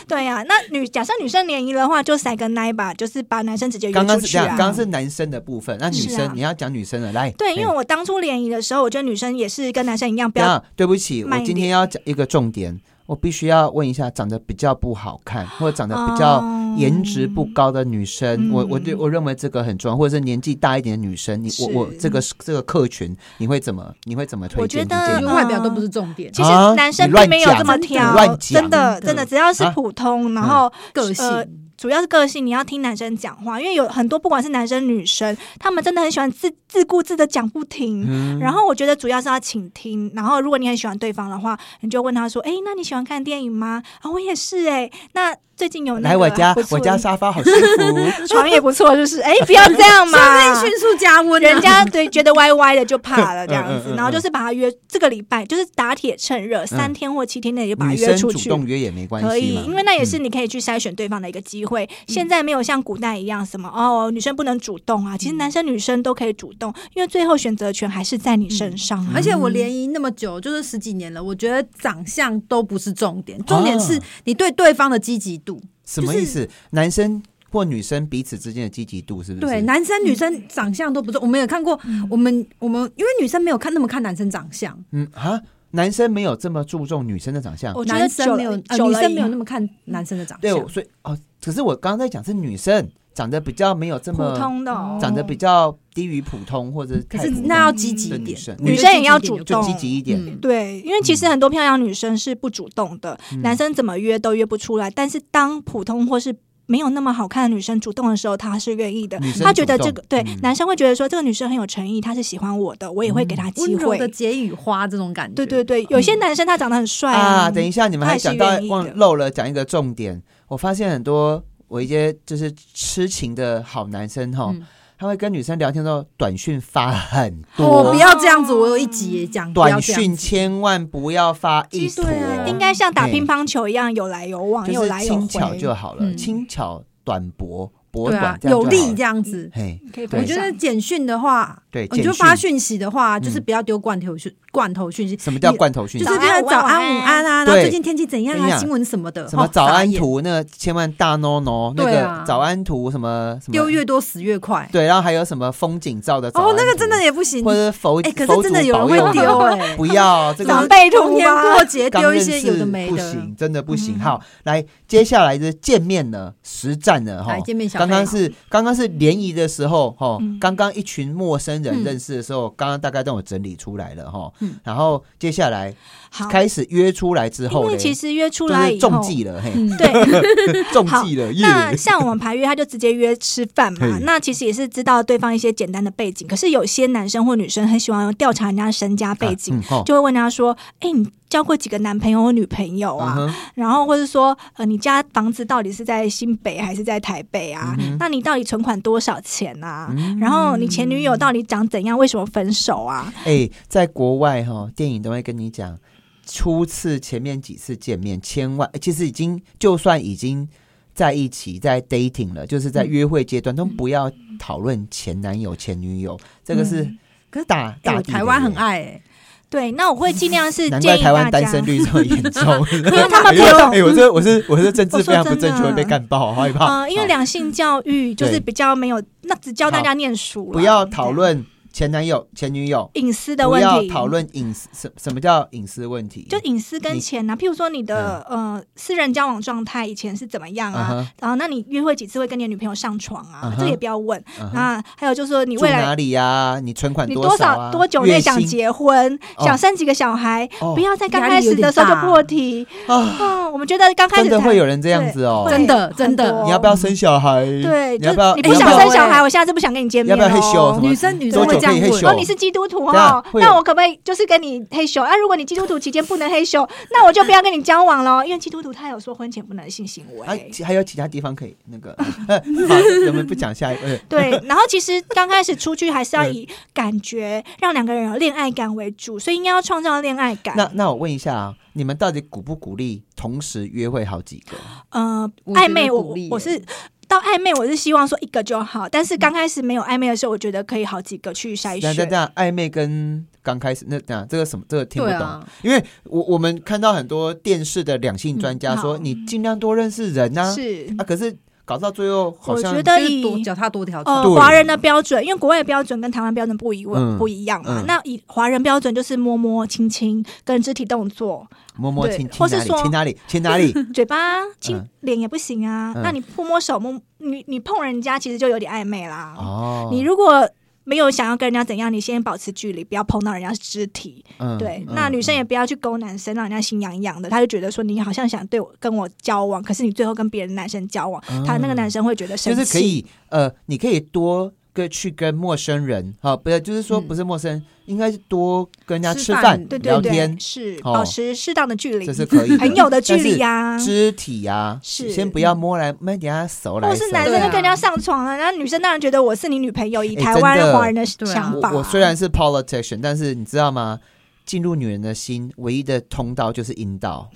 Speaker 3: 对呀、那女假设女生联谊的话，就塞个奶吧，就是把男生直接约
Speaker 1: 刚
Speaker 3: 出
Speaker 1: 刚是
Speaker 3: 去
Speaker 1: 这样，
Speaker 3: 啊。
Speaker 1: 刚刚是男生的部分，那女
Speaker 3: 是
Speaker 1: 生、
Speaker 3: 啊
Speaker 1: 你要讲女生的来。
Speaker 3: 对，
Speaker 1: 嘿
Speaker 3: 因为我当初联谊的时候，我觉得女生也是跟男生一样，不
Speaker 1: 等一
Speaker 3: 要
Speaker 1: 下对不起，我
Speaker 3: 慢一
Speaker 1: 今天要讲一个重点，我必须要问一下，长得比较不好看或者长得比较
Speaker 3: 哦
Speaker 1: 颜值不高的女生，我我对
Speaker 3: 嗯
Speaker 1: 我认为这个很重要，或者是年纪大一点的女生，你我
Speaker 3: 是
Speaker 1: 我这个这个客群，你会怎么你会怎么推
Speaker 3: 我
Speaker 1: 荐
Speaker 3: 觉
Speaker 1: 这
Speaker 3: 得
Speaker 1: 件
Speaker 4: 就
Speaker 1: 事？
Speaker 4: 是外表都不是重点，
Speaker 3: 其实
Speaker 1: 啊
Speaker 3: 男
Speaker 1: 你
Speaker 3: 生
Speaker 1: 乱
Speaker 3: 并没有
Speaker 1: 讲
Speaker 3: 这么
Speaker 4: 你
Speaker 3: 挑
Speaker 1: 乱，讲
Speaker 3: 真的真的，只要是
Speaker 1: 啊
Speaker 3: 普通，然
Speaker 1: 嗯
Speaker 3: 后
Speaker 4: 个
Speaker 3: 呃
Speaker 4: 性
Speaker 3: 主要是个性，你要听男生讲话，因为有很多不管是男生女生，他们真的很喜欢自自顾自的讲不停。
Speaker 1: 嗯
Speaker 3: 然后我觉得主要是要倾听，然后如果你很喜欢对方的话，你就问他说：“哎，那你喜欢看电影吗？”啊，我也是哎、那最近哦有
Speaker 1: 来
Speaker 3: 那个啊
Speaker 1: 我家
Speaker 3: 不，错嗯
Speaker 1: 我
Speaker 3: 的
Speaker 1: 家沙发 好舒服。
Speaker 3: 床也不错，就是哎，不要这样 嘛。
Speaker 4: 迅速加温啊，
Speaker 3: 人家对觉得歪歪的就怕了这样
Speaker 1: 嗯嗯嗯
Speaker 3: 子
Speaker 1: 嗯，
Speaker 3: 然后就是把他约这个礼拜，就是打铁趁热，三天或七天内就把他
Speaker 1: 女
Speaker 3: 约
Speaker 1: 嗯生
Speaker 3: 出
Speaker 1: 主
Speaker 3: 去。
Speaker 1: 动约也没关
Speaker 3: 可
Speaker 1: 系
Speaker 3: 以
Speaker 1: 嘛，，嗯
Speaker 3: 因为那也是你可以去筛选对方的一个机会。现在没有像古代一样什么哦，女生不能主动啊，其
Speaker 1: 嗯
Speaker 3: 实男生女生都可以主动，因为最后选择权还是在你身上啊。
Speaker 1: 嗯
Speaker 4: 而且我联谊那么久，就是
Speaker 1: 啊
Speaker 4: 十几年了，我觉得长相都不是重点，重点是你对对方的积极度。
Speaker 1: 什么意思？男生或女生彼此之间的积极度是不是？
Speaker 4: 对，男生女生长相都不错，我们有看过，我们我们因为女生没有看那么看男生长相，
Speaker 1: 嗯啊，男生没有这么注重女生的长相。
Speaker 3: 我觉得
Speaker 4: 男
Speaker 3: 久
Speaker 4: 生没有
Speaker 3: 了，
Speaker 4: 呃
Speaker 3: 久
Speaker 4: 女
Speaker 3: 了
Speaker 4: 生没有
Speaker 3: 以
Speaker 4: 那么看男生的长
Speaker 1: 对，
Speaker 4: 相
Speaker 1: 我，所以哦，可是我刚刚在讲是女生长得比较没有这
Speaker 3: 后普
Speaker 1: 么
Speaker 3: 通的哦
Speaker 1: 长得比较低于普通，或者是
Speaker 4: 可
Speaker 1: 太
Speaker 4: 是
Speaker 1: 普通
Speaker 4: 那要积极
Speaker 1: 的
Speaker 4: 一
Speaker 1: 女
Speaker 4: 点
Speaker 1: 生，
Speaker 4: 我觉得
Speaker 3: 女生也要
Speaker 4: 积极一点
Speaker 3: 主动
Speaker 1: 就积极一点。
Speaker 4: 嗯
Speaker 3: 对，因为其实很多漂亮女生是不主动的，
Speaker 1: 嗯
Speaker 3: 男生怎么约都约不出来。但是当普通或是没有那么好看的女生主动的时候，她是愿意的
Speaker 1: 女。生
Speaker 3: 她觉得
Speaker 1: 主动
Speaker 3: 这个对
Speaker 1: 嗯
Speaker 3: 男生会觉得说这个女生很有诚意，她是喜欢我的，我也会给
Speaker 1: 嗯
Speaker 3: 她
Speaker 4: 温
Speaker 3: 机
Speaker 4: 柔
Speaker 3: 会
Speaker 4: 的。解语花这种感觉，
Speaker 3: 对对对，有些男生他长得很帅
Speaker 1: 啊，等一下，你们还
Speaker 3: 他也是
Speaker 1: 讲到
Speaker 3: 愿意的
Speaker 1: 忘漏了讲一个重点，我发现很多我一些就是痴情的好男生哈，
Speaker 4: 嗯
Speaker 1: 他会跟女生聊天的时候短讯发很
Speaker 4: 哦，
Speaker 1: 多
Speaker 4: 不，要这样子，我有一集也讲不要
Speaker 1: 短
Speaker 4: 这样
Speaker 1: 讯千万不要发一坨，
Speaker 4: 对啊
Speaker 3: 应该像打乒乓球一样有来有往，
Speaker 1: 就
Speaker 3: 有
Speaker 1: 是
Speaker 3: 来有
Speaker 1: 轻
Speaker 3: 回，
Speaker 1: 巧就好了，
Speaker 4: 嗯
Speaker 1: 轻巧短薄薄
Speaker 4: 对
Speaker 1: 短
Speaker 4: 啊，
Speaker 1: 这样
Speaker 4: 有
Speaker 1: 就好
Speaker 4: 力
Speaker 1: 了
Speaker 4: 这样子。
Speaker 1: 嘿，
Speaker 3: 可以
Speaker 1: 对
Speaker 4: 我
Speaker 3: 分
Speaker 4: 觉
Speaker 3: 享。
Speaker 4: 得简讯的话，
Speaker 1: 对，
Speaker 4: 你
Speaker 1: 简
Speaker 4: 就发
Speaker 1: 讯
Speaker 4: 讯息的话，就是
Speaker 1: 嗯
Speaker 4: 不要丢罐头讯、罐头讯息，
Speaker 1: 什么叫
Speaker 4: 你
Speaker 1: 罐头讯
Speaker 4: 就
Speaker 1: 息
Speaker 4: 是？比如
Speaker 3: 早
Speaker 4: 早
Speaker 3: 安晚安
Speaker 4: 安、午安啊，然后
Speaker 1: 对
Speaker 4: 最近天气怎样
Speaker 1: 跟你
Speaker 4: 啊，
Speaker 1: 讲
Speaker 4: 新闻什么的，
Speaker 1: 什么
Speaker 4: 哦
Speaker 1: 早安，
Speaker 4: 傻眼
Speaker 1: 图？那个千万大 no no，那
Speaker 4: 对
Speaker 1: 个
Speaker 4: 啊
Speaker 1: 早安图什么什么
Speaker 4: 丢越多死越快。
Speaker 1: 对，然后还有什么风景照的早安
Speaker 4: 哦，那个
Speaker 1: 图
Speaker 4: 真的也不行
Speaker 1: 或，者佛
Speaker 4: 哎，可
Speaker 1: 佛
Speaker 4: 是
Speaker 1: 祖
Speaker 4: 真的有人
Speaker 1: 保
Speaker 4: 会
Speaker 1: 佑
Speaker 4: 丢
Speaker 1: 你哦
Speaker 4: 哎，
Speaker 1: 不要 这
Speaker 3: 长
Speaker 1: 个
Speaker 3: 辈图
Speaker 4: 逢年
Speaker 3: 吧
Speaker 4: 过节
Speaker 1: 刚
Speaker 4: 丢一
Speaker 1: 认
Speaker 4: 些
Speaker 1: 识
Speaker 4: 有的没
Speaker 1: 不
Speaker 4: 的，嗯
Speaker 1: 行，真的不行。好，来接下来就是见面了，实战了哈
Speaker 4: 来。见面小
Speaker 1: 哦刚刚
Speaker 4: 妹
Speaker 1: 是刚刚是联谊的时候哈
Speaker 3: 嗯，
Speaker 1: 刚刚一群陌生人
Speaker 4: 嗯
Speaker 1: 认识的时候，刚刚大概都有整理出来了哈
Speaker 4: 嗯。
Speaker 1: 然后接下来
Speaker 3: 好，
Speaker 1: 开始约出来之
Speaker 3: 因
Speaker 1: 后
Speaker 3: 为
Speaker 1: 呢，
Speaker 3: 其
Speaker 1: 就
Speaker 3: 实约出来
Speaker 1: 是
Speaker 3: 以后
Speaker 1: 中，计了，嘿，
Speaker 4: 嗯
Speaker 3: 对，
Speaker 1: 中
Speaker 3: 好
Speaker 1: 计了，耶！啊
Speaker 3: 那像我们排约，他就直接约吃饭嘛
Speaker 1: 嘿。
Speaker 3: 那其实也是知道对方一些简单的背景，可是有些男生或女生很喜欢调查人家身家背景，
Speaker 1: 啊，嗯吼
Speaker 3: 就会问他说：“哎、你交过几个男朋友或女朋友啊？
Speaker 1: 嗯哼
Speaker 3: 然后或者说，呃，你家房子到底是在新北还是在台北
Speaker 1: 嗯
Speaker 3: 啊？
Speaker 1: 哼嗯
Speaker 3: 那你到底存款多少钱啊？然后你前女友到底长怎样？为什么分手啊？
Speaker 1: 哎、在国外哈、电影都会跟你讲，初次前面几次见面，千万其实已经就算已经在一起在 dating 了，就是
Speaker 3: 嗯
Speaker 1: 在约会阶段，都不要讨论前男友前女友，这个
Speaker 3: 嗯
Speaker 1: 是
Speaker 4: 可是
Speaker 1: 大、
Speaker 4: 哎
Speaker 1: 大
Speaker 4: 我
Speaker 1: 地
Speaker 4: 台
Speaker 1: 雷
Speaker 4: 湾很，爱哎，
Speaker 3: 对，那我会尽量是
Speaker 1: 难
Speaker 3: 建
Speaker 1: 怪
Speaker 3: 议
Speaker 1: 台湾
Speaker 3: 大
Speaker 1: 单
Speaker 3: 家。
Speaker 1: 身率这么严 重，因为
Speaker 3: 他们不懂
Speaker 1: 哎、我这我是我是政治
Speaker 3: 我
Speaker 1: 非
Speaker 3: 说
Speaker 1: 常不
Speaker 3: 真的
Speaker 1: 正确，会被干爆，好害怕。
Speaker 3: 嗯、因为
Speaker 1: 好
Speaker 3: 两性教育就是
Speaker 1: 对
Speaker 3: 比较没有，那只教大家念书啦，啊
Speaker 1: 不要讨论前男友前女友。
Speaker 3: 隐私的
Speaker 1: 不
Speaker 3: 问
Speaker 1: 要
Speaker 3: 题，
Speaker 1: 讨论隐私，什什么叫隐私问题？
Speaker 3: 就隐私跟钱啊，譬如说你的、
Speaker 1: 嗯
Speaker 3: 呃私人交往状态以前是怎么样
Speaker 1: 啊
Speaker 3: 啊？
Speaker 1: 哈
Speaker 3: 然后那你约会几次会跟你的女朋友上床
Speaker 1: 嗯
Speaker 3: 啊？
Speaker 1: 哼
Speaker 3: 这个也不要问。
Speaker 1: 嗯哼
Speaker 3: 那还有就是说你
Speaker 1: 住
Speaker 3: 未来
Speaker 1: 哪里呀、你存款
Speaker 3: 你
Speaker 1: 多
Speaker 3: 少、
Speaker 1: 啊？
Speaker 3: 多久
Speaker 1: 月
Speaker 3: 内想
Speaker 1: 薪
Speaker 3: 结婚，
Speaker 1: 哦
Speaker 3: 想生几个小孩，
Speaker 1: 哦
Speaker 3: 不要在刚
Speaker 4: 压力
Speaker 3: 开
Speaker 4: 有
Speaker 3: 始
Speaker 4: 点
Speaker 3: 的时候就
Speaker 4: 大
Speaker 3: 破题。
Speaker 1: 啊？
Speaker 3: 嗯，我们觉得刚开
Speaker 1: 真
Speaker 3: 始
Speaker 1: 的
Speaker 3: 才
Speaker 1: 会有人这样子哦
Speaker 3: 对？
Speaker 4: 真的
Speaker 3: 很
Speaker 4: 真的
Speaker 3: 多
Speaker 1: 你要不要生小孩？
Speaker 3: 对，
Speaker 1: 你
Speaker 3: 就
Speaker 1: 要
Speaker 3: 是
Speaker 1: 不要？
Speaker 3: 你
Speaker 1: 你
Speaker 3: 不
Speaker 1: 要
Speaker 3: 想
Speaker 1: 不要
Speaker 3: 生小孩，我现在就不想跟你见
Speaker 1: 要
Speaker 3: 面
Speaker 1: 不要害羞什
Speaker 3: 哦
Speaker 1: 么。
Speaker 4: 女生女
Speaker 1: 多
Speaker 4: 生会
Speaker 1: 久
Speaker 4: 这样
Speaker 1: 可以害羞
Speaker 4: 问
Speaker 3: 哦，你是基督徒
Speaker 1: 对啊
Speaker 3: 哦，
Speaker 1: 会有
Speaker 3: 那我可不可以就是跟你黑咻啊？如果你基督徒期间不能黑咻， 那我就不要跟你交往喽，因为基督徒他有说婚前不能性行
Speaker 1: 还
Speaker 3: 为。
Speaker 1: 还啊有其他地方可以那个？ 呃好，我们不讲下一 个。
Speaker 3: 对， 然后其实刚开始出去还是要以感觉让两个人有恋爱感为主，所以应该要创造恋爱感。
Speaker 1: 那那我问一下啊，你们到底鼓不鼓励同时约会好几个？
Speaker 3: 呃，
Speaker 4: 我觉
Speaker 3: 暧
Speaker 4: 得
Speaker 3: 昧我
Speaker 4: 鼓励
Speaker 3: 我
Speaker 4: 耶
Speaker 3: 是到暧昧我是希望说一个就好，但是刚开始没有暧昧的时候，我觉得可以好几个去
Speaker 4: 哎
Speaker 3: 筛
Speaker 1: 那那
Speaker 3: 选
Speaker 1: 这。样暧昧跟刚开始那这样这个什么这个听不
Speaker 4: 对
Speaker 1: 懂，
Speaker 4: 啊，
Speaker 1: 因为我我们看到很多电视的两性专家
Speaker 3: 嗯
Speaker 1: 说，
Speaker 3: 好
Speaker 1: 你尽量多认识人呐、啊。
Speaker 3: 是，
Speaker 1: 可是搞到最后好
Speaker 3: 我
Speaker 1: 像
Speaker 3: 觉得
Speaker 4: 就是
Speaker 3: 以
Speaker 4: 多脚踏多条船
Speaker 3: 呃，
Speaker 1: 对
Speaker 3: 华人的标准，因为国外的标准跟台湾标准不一
Speaker 1: 嗯
Speaker 3: 样，不一样嘛。
Speaker 1: 嗯
Speaker 3: 那以华人标准就是摸摸、亲亲跟肢体动作，
Speaker 1: 摸摸
Speaker 3: 对
Speaker 1: 亲亲
Speaker 3: 或
Speaker 1: 哪
Speaker 3: 是
Speaker 1: 里
Speaker 3: 说
Speaker 1: 亲哪里亲哪 里，
Speaker 3: 嘴巴亲
Speaker 1: 嗯
Speaker 3: 脸也不行啊。
Speaker 1: 嗯
Speaker 3: 那你摸摸手、摸你你碰人家，其实就有点暧昧啦。
Speaker 1: 哦，
Speaker 3: 你如果没有想要跟人家怎样，你先保持距离，不要碰到人家肢体。
Speaker 1: 嗯
Speaker 3: 对，
Speaker 1: 嗯
Speaker 3: 那女生也
Speaker 1: 嗯
Speaker 3: 不要去勾男生，让人家心痒痒的。他就觉得说你好像想对我跟我交往，可是你最后跟别人男生交往，他那个男生会觉得生
Speaker 1: 嗯就
Speaker 3: 气。
Speaker 1: 是可以呃，你可以多跟去跟陌生人，好、不是就是说
Speaker 4: 嗯
Speaker 1: 不是陌生人，应该是多跟人家
Speaker 4: 吃
Speaker 1: 吃
Speaker 4: 饭
Speaker 1: 饭
Speaker 3: 对对
Speaker 1: 聊天
Speaker 3: 对，，是
Speaker 1: 哦
Speaker 3: 保持适当的距离，
Speaker 1: 这是可以的
Speaker 3: 朋友的距
Speaker 1: 但是
Speaker 3: 离呀、
Speaker 1: 肢体啊，
Speaker 3: 是
Speaker 1: 先不要摸来，慢点啊手来
Speaker 3: 或
Speaker 1: 手去。
Speaker 3: 是男生
Speaker 4: 对
Speaker 3: 就
Speaker 4: 啊
Speaker 3: 跟人家上床了，然后女生当然觉得我是你女朋友，以
Speaker 1: 哎
Speaker 3: 台湾
Speaker 1: 真的
Speaker 3: 华人的
Speaker 4: 对啊
Speaker 3: 想法。
Speaker 1: 我我虽然是 politician，但 是你知道吗？进入女人的心，唯一的通道就是阴道。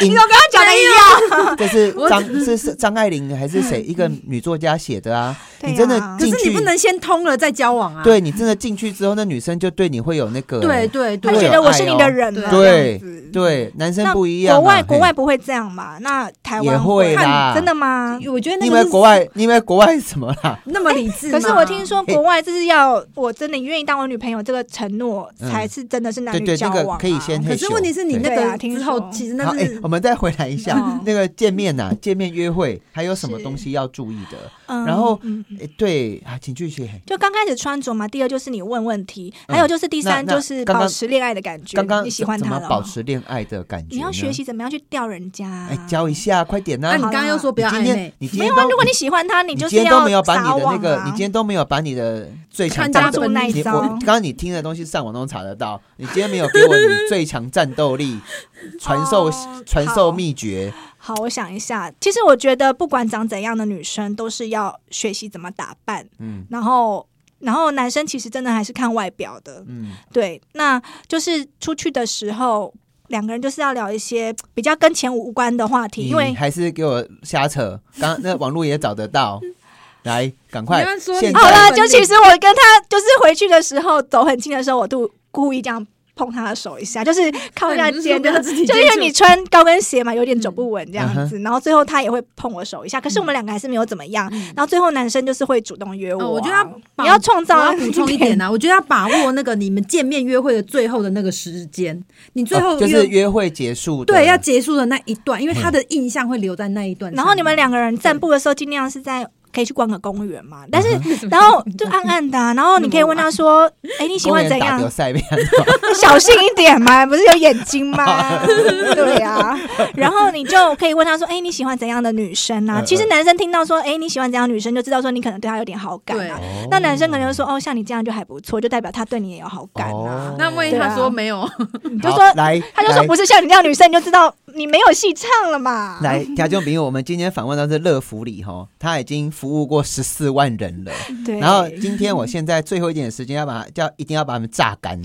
Speaker 1: 影
Speaker 3: 我刚刚讲的一样，
Speaker 1: 这是
Speaker 4: 我
Speaker 1: 张是是张爱玲还是谁一个女作家写的 啊？
Speaker 3: 对
Speaker 1: 你真的
Speaker 3: 啊
Speaker 4: 可
Speaker 1: 进
Speaker 4: 是
Speaker 1: 去
Speaker 4: 你不，能先通了再交往啊。
Speaker 1: 对你真的进去之后，那女生就对你会有那个
Speaker 4: 对对
Speaker 3: 他
Speaker 1: 会有
Speaker 3: 觉
Speaker 4: 对，
Speaker 3: 得我是你的人
Speaker 4: 爱哦
Speaker 3: 嘛，
Speaker 1: 哎对
Speaker 3: 这样子。
Speaker 1: 对，男生
Speaker 3: 那
Speaker 1: 不一样啊。
Speaker 3: 国外
Speaker 1: 嘿
Speaker 3: 国外不会这样嘛？那台
Speaker 1: 也
Speaker 3: 湾
Speaker 1: 会
Speaker 3: 看
Speaker 1: 啦
Speaker 3: 真的吗？
Speaker 4: 我觉得那
Speaker 1: 啊因
Speaker 4: 个
Speaker 1: 为
Speaker 4: 是
Speaker 1: 国外因为国外什么 啦？
Speaker 4: 那么理智吗。
Speaker 3: 可是我听说国外就是要我真的愿意当我女朋友这个承诺，
Speaker 1: 嗯
Speaker 3: 才是真的是男
Speaker 1: 对
Speaker 3: 女
Speaker 1: 对，
Speaker 3: 交
Speaker 1: 那
Speaker 3: 往
Speaker 1: 个
Speaker 3: 啊。
Speaker 1: 可以先
Speaker 4: 可
Speaker 1: 退休。
Speaker 4: 是问题是你
Speaker 1: 对
Speaker 4: 那
Speaker 3: 对啊
Speaker 4: 个
Speaker 3: 听
Speaker 4: 之
Speaker 3: 说
Speaker 4: 后，其实那
Speaker 1: 好，哎、
Speaker 4: 是
Speaker 1: 我们再回来一下、
Speaker 3: 嗯
Speaker 1: 那个见面呐、见面约会还有什么
Speaker 3: 是
Speaker 1: 东西要注意的？
Speaker 3: 嗯，
Speaker 1: 然后
Speaker 3: 嗯嗯
Speaker 1: 哎、对啊，请继续。嘿
Speaker 3: 就刚开始穿着嘛，第二就是你问问题，
Speaker 1: 嗯
Speaker 3: 还有就是第三
Speaker 1: 那那
Speaker 3: 就是
Speaker 1: 刚刚
Speaker 3: 保持恋爱的感觉。
Speaker 1: 刚刚
Speaker 3: 你喜欢
Speaker 1: 怎
Speaker 3: 他
Speaker 1: 么
Speaker 3: 了吗，
Speaker 1: 保持恋爱的感觉？
Speaker 3: 你要学。习怎么样去钓人家啊。
Speaker 1: 哎、教一下，快点呐、
Speaker 4: 那你
Speaker 1: 啊！
Speaker 4: 刚刚又说不要
Speaker 1: 你
Speaker 4: 暧
Speaker 1: 今
Speaker 4: 昧
Speaker 1: 天，你今
Speaker 3: 没
Speaker 1: 天
Speaker 3: 有
Speaker 1: 都
Speaker 3: 啊，如果你喜欢他，
Speaker 1: 你
Speaker 3: 就是
Speaker 1: 今天都没有
Speaker 3: 要
Speaker 1: 把
Speaker 3: 撒
Speaker 1: 你的那
Speaker 3: 网
Speaker 1: 个，
Speaker 3: 啊
Speaker 1: 你今天都没有把你的最强
Speaker 4: 看
Speaker 1: 战
Speaker 4: 家
Speaker 1: 斗
Speaker 4: 族
Speaker 3: 那一
Speaker 1: 你
Speaker 3: 招
Speaker 1: 我刚刚你听的东西上网都能查得到，你今天没有给我你最强战斗 力传授
Speaker 3: 哦
Speaker 1: 传
Speaker 3: 好
Speaker 1: 授秘诀，
Speaker 3: 好，我想一下。其实我觉得，不管长怎样的女生，都是要学习怎么打扮。
Speaker 1: 嗯
Speaker 3: 然后，然后男生其实真的还是看外表的。
Speaker 1: 嗯，
Speaker 3: 对，那就是出去的时候，两个人就是要聊一些比较跟钱无关的话题，
Speaker 1: 你
Speaker 3: 因为
Speaker 1: 还是给我瞎扯，刚刚那网络也找得到，来赶快
Speaker 4: 你要说，你
Speaker 1: 现
Speaker 4: 对
Speaker 3: 啊
Speaker 1: 在哦
Speaker 3: 好了，
Speaker 4: 对
Speaker 3: 就其实我跟他就是回去的时候走很近的时候，我都故意这样碰他的手一下，就是靠一下肩
Speaker 4: 那
Speaker 3: 的
Speaker 4: 哎你不是说不要自己。
Speaker 3: 就
Speaker 4: 接触
Speaker 3: 因为你穿高跟鞋嘛，有点走不稳这样子，然后最后他也会碰我手一下，可是我们两个还是没有怎么样。
Speaker 4: 嗯
Speaker 3: 然后最后男生就是会主动约我啊、
Speaker 4: 哦我觉得要把
Speaker 3: 你要创
Speaker 4: 我
Speaker 3: 造
Speaker 4: 要补充一 点啊，我觉得要把握那个你们见面约会的最后的那个时间，你最后
Speaker 1: 哦就是
Speaker 4: 约
Speaker 1: 约会结束的，
Speaker 4: 对要结束的那一段，因为他的印象会留在那一段上面。
Speaker 3: 然后你们两个人散步的时候，尽量是在可以去逛个公园嘛，但是。
Speaker 4: 为什么
Speaker 3: 然后就暗暗的啊、然后你可以问他说：“哎、你喜
Speaker 1: 公
Speaker 3: 欢
Speaker 1: 园
Speaker 3: 怎
Speaker 1: 打
Speaker 3: 样
Speaker 1: 掉？赛面，
Speaker 3: 小心一点嘛，不是有眼睛吗？对呀、然后你就可以问他说：‘哎、你喜欢怎样的女生啊
Speaker 1: 嗯？’嗯
Speaker 3: 其实男生听到说：‘哎、你喜欢怎样的女生’，就知道说你可能对他有点好感
Speaker 4: 对
Speaker 3: 啊。 那男生可能就说：‘哦，像你这样就还不错，就代表他对你也有好感啊。
Speaker 1: 哦
Speaker 4: 那万一
Speaker 3: 对
Speaker 4: 他
Speaker 3: 啊
Speaker 4: 说没有，
Speaker 3: 你就
Speaker 1: 好
Speaker 3: 说，
Speaker 1: 来，
Speaker 3: 他就说不是像你这样的女生，你就知道你没有戏唱了嘛。
Speaker 1: 来，来，家中朋友，我们今天访问到这乐福里哈，他已经服务过十四万人了。
Speaker 3: 对，
Speaker 1: 然后今天我现在最后一点的时间要把它要一定要把他们榨 干。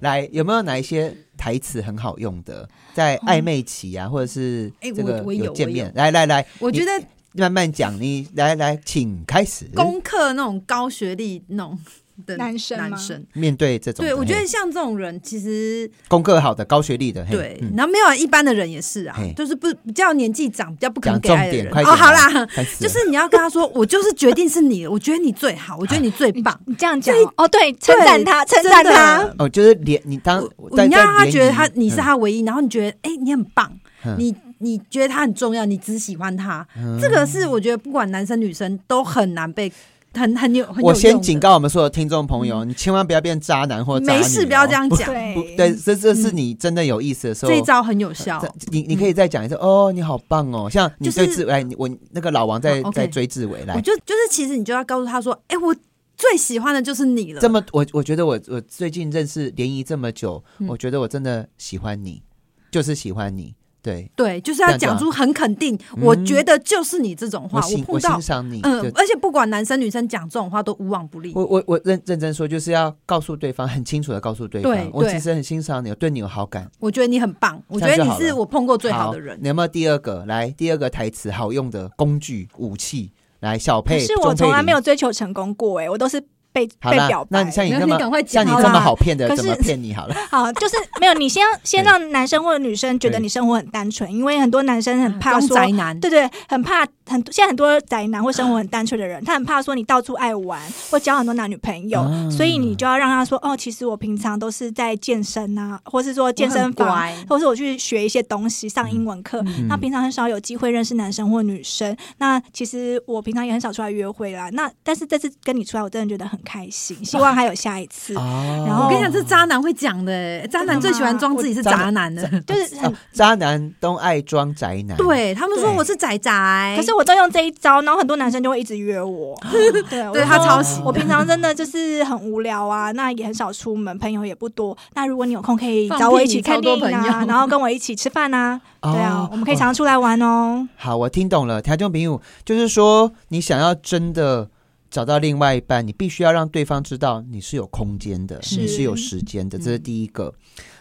Speaker 1: 来，有没有哪一些台词很好用的，在暧昧期啊，或者是
Speaker 4: 哎
Speaker 1: 这个
Speaker 4: 我我有
Speaker 1: 见
Speaker 4: 我有
Speaker 1: 面？来来来，
Speaker 4: 我觉得
Speaker 1: 慢慢讲，你来来，请开始。
Speaker 4: 功课那种高学历那种的
Speaker 3: 男生吗
Speaker 4: 男生。
Speaker 1: 面对这种的，
Speaker 4: 对，我觉得
Speaker 1: 嘿
Speaker 4: 像这种人，其实
Speaker 1: 功课好的、高学历的，嘿
Speaker 4: 对，
Speaker 1: 嗯
Speaker 4: 然后没有一般的人也是啊
Speaker 1: 嘿，
Speaker 4: 就是不比较年纪长，比较不肯
Speaker 1: 讲
Speaker 4: 给
Speaker 1: 重
Speaker 4: 爱的
Speaker 1: 点，
Speaker 4: 人。
Speaker 1: 快
Speaker 4: 哦，
Speaker 1: 点
Speaker 4: 好
Speaker 1: 啊
Speaker 4: 啦，，
Speaker 1: 开始
Speaker 4: 就是你要跟他说，我就是决定是你，我觉得你最好，我觉得你 最棒。
Speaker 3: 你这样讲哦哦，对，称赞他，称
Speaker 4: 真的
Speaker 3: 赞他。
Speaker 1: 哦，就是连你当
Speaker 4: 我
Speaker 1: 在
Speaker 4: 你要让
Speaker 1: 在
Speaker 4: 他
Speaker 1: 联
Speaker 4: 觉得
Speaker 1: 谊
Speaker 4: 他你
Speaker 1: 嗯
Speaker 4: 是他唯一，然后你觉得哎、你很棒，
Speaker 1: 嗯
Speaker 4: 你你觉得他很重要，你只喜欢他，
Speaker 1: 嗯
Speaker 4: 这个是我觉得不管男生女生都很难被很很有很有
Speaker 1: 我先
Speaker 4: 用的嗯
Speaker 1: 警，告我们所有听众朋友，你千万不要变渣男或渣
Speaker 4: 没
Speaker 1: 女
Speaker 4: 事
Speaker 1: 哦
Speaker 4: 不要这样讲，哎嗯
Speaker 1: 不
Speaker 3: 对
Speaker 1: 对，这这是你真的有意思的时候
Speaker 4: 这一。招很有效。
Speaker 1: 这你你可以再讲一次哦，你好棒哦！像你
Speaker 4: 就是
Speaker 1: 对志来，你我那个老王在
Speaker 4: 好，OK
Speaker 1: 在追志伟
Speaker 4: 我
Speaker 1: 来，
Speaker 4: 就就是其实你就要告诉他说，哎、我最喜欢的就是你了
Speaker 1: 这。么我我觉得我我最近认识联谊这么久，
Speaker 4: 嗯
Speaker 1: 我觉得我真的喜欢你，就是喜欢你，对
Speaker 4: 对，就是要讲出很肯定，我觉得就是你这种话，我
Speaker 1: 欣嗯我
Speaker 4: 碰到
Speaker 1: 欣，赏你，
Speaker 4: 嗯
Speaker 1: 就，
Speaker 4: 而且不管男生女生讲这种话都无往不利。
Speaker 1: 我我我认认真说，就是要告诉对方很清楚的告诉对方，
Speaker 4: 对
Speaker 1: 我
Speaker 4: 对
Speaker 1: 其实很欣赏你，我对你有好感。
Speaker 4: 我觉得你很棒，我觉
Speaker 1: 这
Speaker 4: 得
Speaker 1: 样就
Speaker 4: 你
Speaker 1: 好
Speaker 4: 是
Speaker 1: 了
Speaker 4: 我碰过最好的人。
Speaker 1: 你有没有第二个？来，第二个台词好用的工具武器，来小
Speaker 3: 可
Speaker 1: 佩，
Speaker 3: 是
Speaker 1: 钟
Speaker 3: 我
Speaker 1: 佩
Speaker 3: 从来
Speaker 1: 玲
Speaker 3: 没有追求成功过，哎，我都是被
Speaker 1: 好
Speaker 3: 被
Speaker 1: 啦
Speaker 3: 表白。
Speaker 1: 那你像你
Speaker 4: 没
Speaker 1: 那
Speaker 4: 有
Speaker 1: 么
Speaker 4: 你赶快
Speaker 1: 像
Speaker 4: 讲
Speaker 1: 你
Speaker 3: 好
Speaker 1: 这么
Speaker 3: 啦
Speaker 1: 好骗的，
Speaker 3: 可
Speaker 1: 怎么
Speaker 3: 是
Speaker 1: 骗你好 了？
Speaker 3: 好，就是没有你先先让男生或者女生觉得你生活很单纯，因为很多男生很怕
Speaker 4: 装
Speaker 3: 说，
Speaker 4: 宅男，
Speaker 3: 对对，很怕很现在很多宅男或生活很单纯的人，他很怕说你到处爱玩或交很多男女朋友，
Speaker 1: 啊
Speaker 3: 所以你就要让他说哦，其实我平常都是在健身啊，或是说健身
Speaker 4: 我
Speaker 3: 房。
Speaker 4: 很乖
Speaker 3: 或是我去学一些东西，上英文课。
Speaker 4: 嗯
Speaker 3: 那平常很少有机会认识男生或女生。那其实我平常也很少出来约会啦。那但是这次跟你出来，我真的觉得很开心，希望还有下一次。
Speaker 1: 哦
Speaker 3: 然后
Speaker 4: 我跟你讲，这渣男会讲的、欸，渣男最喜欢装自己是渣男的。
Speaker 3: 就是很
Speaker 1: 哦渣男都爱装宅男，，
Speaker 4: 对他们说
Speaker 1: 对
Speaker 4: 我是宅宅，
Speaker 1: 哎
Speaker 3: 可是我都用这一招，然后很多男生就会一直约我。
Speaker 1: 哦
Speaker 3: 对，
Speaker 4: 对
Speaker 3: 我
Speaker 4: 他
Speaker 3: 说
Speaker 4: 抄袭
Speaker 3: 我平常真的就是很无聊啊，那也很少出门，朋友也不多。那如果你有空，可以找我一起看电影
Speaker 4: 放屁你超多朋
Speaker 3: 啊
Speaker 4: 友，
Speaker 3: 然后跟我一起吃饭啊。
Speaker 1: 哦
Speaker 3: 对啊，我们可以
Speaker 1: 哦
Speaker 3: 常常出来玩哦。
Speaker 1: 好，我听懂了，台中朋友就是说，你想要真的找到另外一半，你必须要让对方知道你是有空间的，
Speaker 3: 是
Speaker 1: 你是有时间的，
Speaker 4: 嗯
Speaker 1: 这是第一个。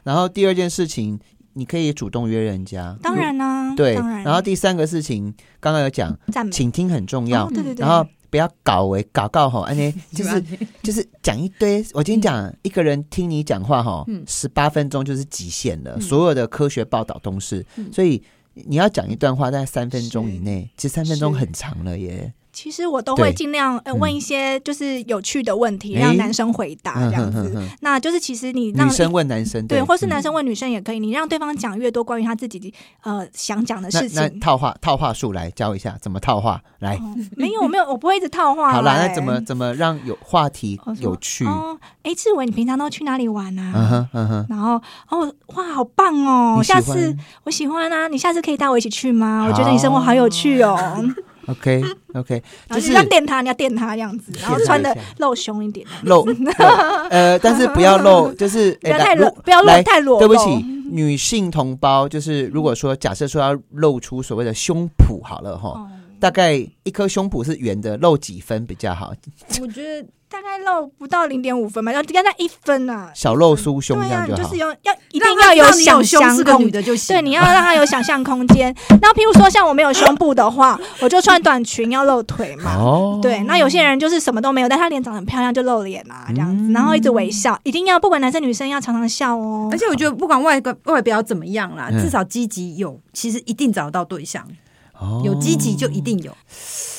Speaker 1: 然后第二件事情，你可以主动约人家，
Speaker 3: 当然啦、
Speaker 1: 对。
Speaker 3: 嗯当然。
Speaker 1: 然后第三个事情，刚刚有讲，
Speaker 3: 赞美，
Speaker 1: 倾听很重要
Speaker 3: 哦，对对对，
Speaker 1: 然后不要搞为搞搞吼， 安尼就是就是讲一堆。我今天
Speaker 3: 嗯
Speaker 1: 讲一个人听你讲话哈
Speaker 4: 嗯，
Speaker 1: 十八分钟就是极限了，
Speaker 4: 嗯
Speaker 1: 所有的科学报道都是，
Speaker 4: 嗯
Speaker 1: 所以。你要讲一段话，在三分钟以
Speaker 4: 是
Speaker 1: 内，其实三分钟
Speaker 4: 是
Speaker 1: 很长了耶。
Speaker 3: 其实我都会
Speaker 1: 对
Speaker 3: 尽量呃
Speaker 1: 嗯
Speaker 3: 问一些就是有趣的问题，
Speaker 1: 诶
Speaker 3: 让男生回答这样
Speaker 1: 嗯哼
Speaker 3: 子。
Speaker 1: 哼哼
Speaker 3: 那就是其实啊你让
Speaker 1: 女生问男生，
Speaker 3: 对，或是
Speaker 1: 嗯
Speaker 3: 男生问女生也可以，你让对方讲越多关于他自己呃想讲的事
Speaker 1: 那那
Speaker 3: 情。
Speaker 1: 套话套话术来教一下，怎么套话？来，
Speaker 3: 哦没有，我没有，我不会一直套话。
Speaker 1: 好啦，那
Speaker 3: 哎
Speaker 1: 怎么？怎么让有话题
Speaker 3: 哦什么
Speaker 1: 有趣？
Speaker 3: 哦，哎，志伟，你平常都去哪里玩
Speaker 1: 嗯
Speaker 3: 啊？
Speaker 1: 哼嗯哼，
Speaker 3: 然后哦，哇，好棒哦！
Speaker 1: 你喜
Speaker 3: 下
Speaker 1: 欢
Speaker 3: 次我喜欢啊，你下次可以带我一起去吗？我觉得你生活好有 趣哦。
Speaker 1: OK OK，
Speaker 3: 然
Speaker 1: 就
Speaker 3: 后就是要电他，你要电他 这样子，嗯然后
Speaker 1: 电他
Speaker 3: 穿
Speaker 1: 一
Speaker 3: 的
Speaker 1: 下
Speaker 3: 露胸一点，啊
Speaker 1: 露露呃，但是不要露，就是
Speaker 3: 不要
Speaker 1: 哎来
Speaker 3: 太裸，
Speaker 1: 如
Speaker 3: 不要露
Speaker 1: 来
Speaker 3: 太裸。
Speaker 1: 对不起，，女性同胞，就是如果说假设说要露出所谓的胸脯好了哈，
Speaker 3: 哦，
Speaker 1: 大概一颗胸脯是圆的，露几分比较好？
Speaker 4: 我觉得
Speaker 3: 大概露不到零点五分吧，要大概一分啊。
Speaker 1: 小露酥胸
Speaker 3: 对
Speaker 1: 这
Speaker 3: 啊，
Speaker 1: 样
Speaker 3: 你就
Speaker 1: 好
Speaker 3: 是。有要一定
Speaker 4: 让
Speaker 3: 要
Speaker 4: 他知道你
Speaker 3: 想
Speaker 4: 有胸
Speaker 3: 象
Speaker 4: 是个
Speaker 3: 空
Speaker 4: 女。的就行。
Speaker 3: 对，你要让他有想象空 间。那譬如说，像我没有胸部的话，我就穿短裙要露腿嘛。
Speaker 1: 哦，
Speaker 3: 对，那有些人就是什么都没有，但他脸长得很漂亮，就露脸啊，
Speaker 1: 嗯
Speaker 3: 这样子，然后一直微笑，一定要不管男生女生要常常笑哦
Speaker 1: 哎
Speaker 4: 而。且我觉得不管外观外表怎么样啦，
Speaker 1: 嗯
Speaker 4: 至少积极有，其实一定找得到对象，
Speaker 1: 哦
Speaker 4: 有积极就一定有。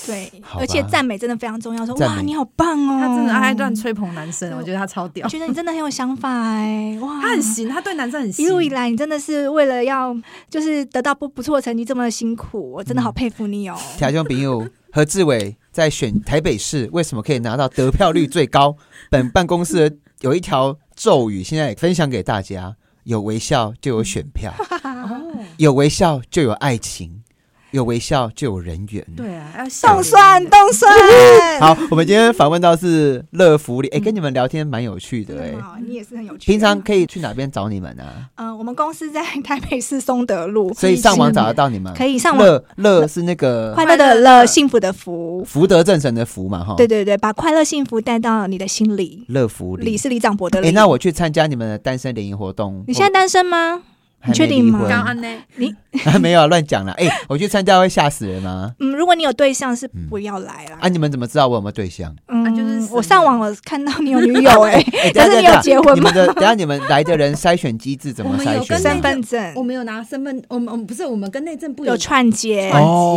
Speaker 3: 对
Speaker 1: 好，吧
Speaker 3: 而且赞美真的非常重要。说
Speaker 1: 赞
Speaker 3: 哇，
Speaker 1: 美
Speaker 3: 你好棒哦！
Speaker 4: 他啊真的爱乱吹捧男生，
Speaker 3: 对
Speaker 4: 我觉得他超屌
Speaker 3: 我，觉得你真的很有想法哎，哇，
Speaker 4: 他很行，他对男生很行
Speaker 3: 一。路以来，你真的是为了要就是得到不不错的成绩这么辛苦，我真的好
Speaker 1: 嗯
Speaker 3: 佩服你哦。
Speaker 1: 条兄朋友何志伟在选台北市，为什么可以拿到得票率最高？本办公室有一条咒语，现在也分享给大家：有微笑就有选票，
Speaker 4: 哦，
Speaker 1: 有微笑就有爱情，有微笑就有人缘。
Speaker 4: 对啊，要笑
Speaker 3: 动算动算，
Speaker 1: 好，我们今天访问到是乐福
Speaker 3: 嗯
Speaker 1: 里，哎、跟你们聊天蛮有趣的哎、
Speaker 3: 真的吗你也是很有趣。
Speaker 1: 平常，可以去哪边找你们啊？
Speaker 3: 嗯、我们公司在 台北市松德路，
Speaker 1: 所以上网找得到你们。
Speaker 3: 可以上网。
Speaker 1: 乐乐是那个
Speaker 3: 快乐的乐，幸福的福，
Speaker 1: 福德正神的福嘛，哈。
Speaker 3: 对对对，把快乐幸福带到你的心里。
Speaker 1: 乐福里
Speaker 3: 李。是李长博的
Speaker 1: 哎、
Speaker 3: 李。
Speaker 1: 那我去参加你们的单身联谊活动。
Speaker 3: 你现在单身吗？
Speaker 1: 还没
Speaker 3: 你确定
Speaker 1: 离
Speaker 3: 吗
Speaker 1: 婚
Speaker 4: 刚安呢？
Speaker 1: 没有啊乱讲啦。哎、我去参加会吓死人啊！
Speaker 3: 嗯，如果你有对象是不要来啦。
Speaker 1: 啊，你们怎么知道我有没有对象？
Speaker 3: 嗯，
Speaker 4: 啊就是
Speaker 3: 我上网我看到你有女友哎、
Speaker 1: 哎、等
Speaker 3: 但
Speaker 1: 一下
Speaker 3: 是你有
Speaker 1: 等一
Speaker 3: 结
Speaker 1: 下
Speaker 3: 婚
Speaker 1: 你
Speaker 3: 吗
Speaker 1: 们？的等一下你们来的人筛选机制怎么
Speaker 4: 我们
Speaker 1: 筛
Speaker 4: 有
Speaker 1: 选啊
Speaker 4: 跟
Speaker 1: 的？
Speaker 3: 身份证
Speaker 4: 我们有拿身份，我们我们不是我们跟内政部
Speaker 3: 有串接，
Speaker 4: 哦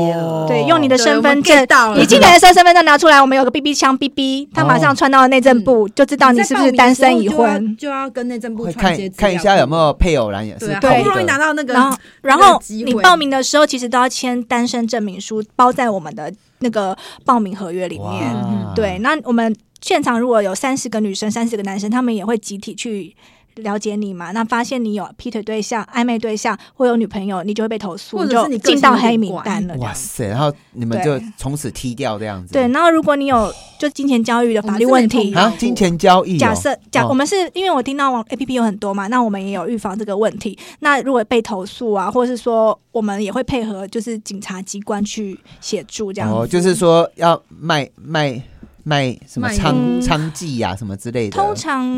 Speaker 4: 环节了
Speaker 3: 对，用你的
Speaker 4: 对
Speaker 3: 身
Speaker 4: 我
Speaker 3: 份
Speaker 4: 们
Speaker 3: 证
Speaker 4: get 到了
Speaker 3: 你进来的时候身份证拿出来，我们有个 BB 枪 BB，他
Speaker 1: 哦
Speaker 3: 马上传到了内政
Speaker 4: 嗯
Speaker 3: 部，就知道你是不是单身已
Speaker 4: 在报名
Speaker 3: 婚
Speaker 4: 的时候就要，。就要跟内政部
Speaker 1: 会
Speaker 4: 串
Speaker 1: 看
Speaker 4: 接资料
Speaker 1: 看一下有没有配偶栏也是
Speaker 4: 对啊，
Speaker 1: 同
Speaker 4: 好
Speaker 1: 一
Speaker 4: 不容易拿
Speaker 1: 个。
Speaker 4: 到那个，
Speaker 3: 然后，然
Speaker 4: 这
Speaker 3: 后
Speaker 4: 个机会
Speaker 3: 你报名的时候，其实都要签单身证明书，包在我们的那个报名合约里面。
Speaker 1: 哇
Speaker 3: 对，那我们现场如果有三十个女生、三十个男生，他们也会集体去。了解你嘛？那发现你有劈腿对象、暧昧对象或有女朋友，你就会被投诉，
Speaker 4: 或者
Speaker 3: 就是
Speaker 4: 你个性
Speaker 3: 进到
Speaker 4: 有点
Speaker 3: 黑名
Speaker 4: 怪
Speaker 3: 单了。这
Speaker 1: 哇
Speaker 3: 样
Speaker 1: 塞！然后你们就
Speaker 3: 对
Speaker 1: 从此踢掉这样子。
Speaker 3: 对，然后如果你有就金钱交易的法律问
Speaker 4: 我们是没碰
Speaker 3: 题
Speaker 4: 到，
Speaker 1: 啊，金钱交易、哦。
Speaker 3: 假设假、
Speaker 1: 哦
Speaker 3: 我们是因为我听到网 A P P 有很多嘛，那我们也有预防这个问题。那如果被投诉啊，或者是说我们也会配合就是警察机关去协助这样子。
Speaker 1: 哦，就是说要卖卖卖什么
Speaker 4: 卖
Speaker 1: 娼
Speaker 3: 淫
Speaker 1: 娼妓啊呀、什么之类的。
Speaker 3: 通常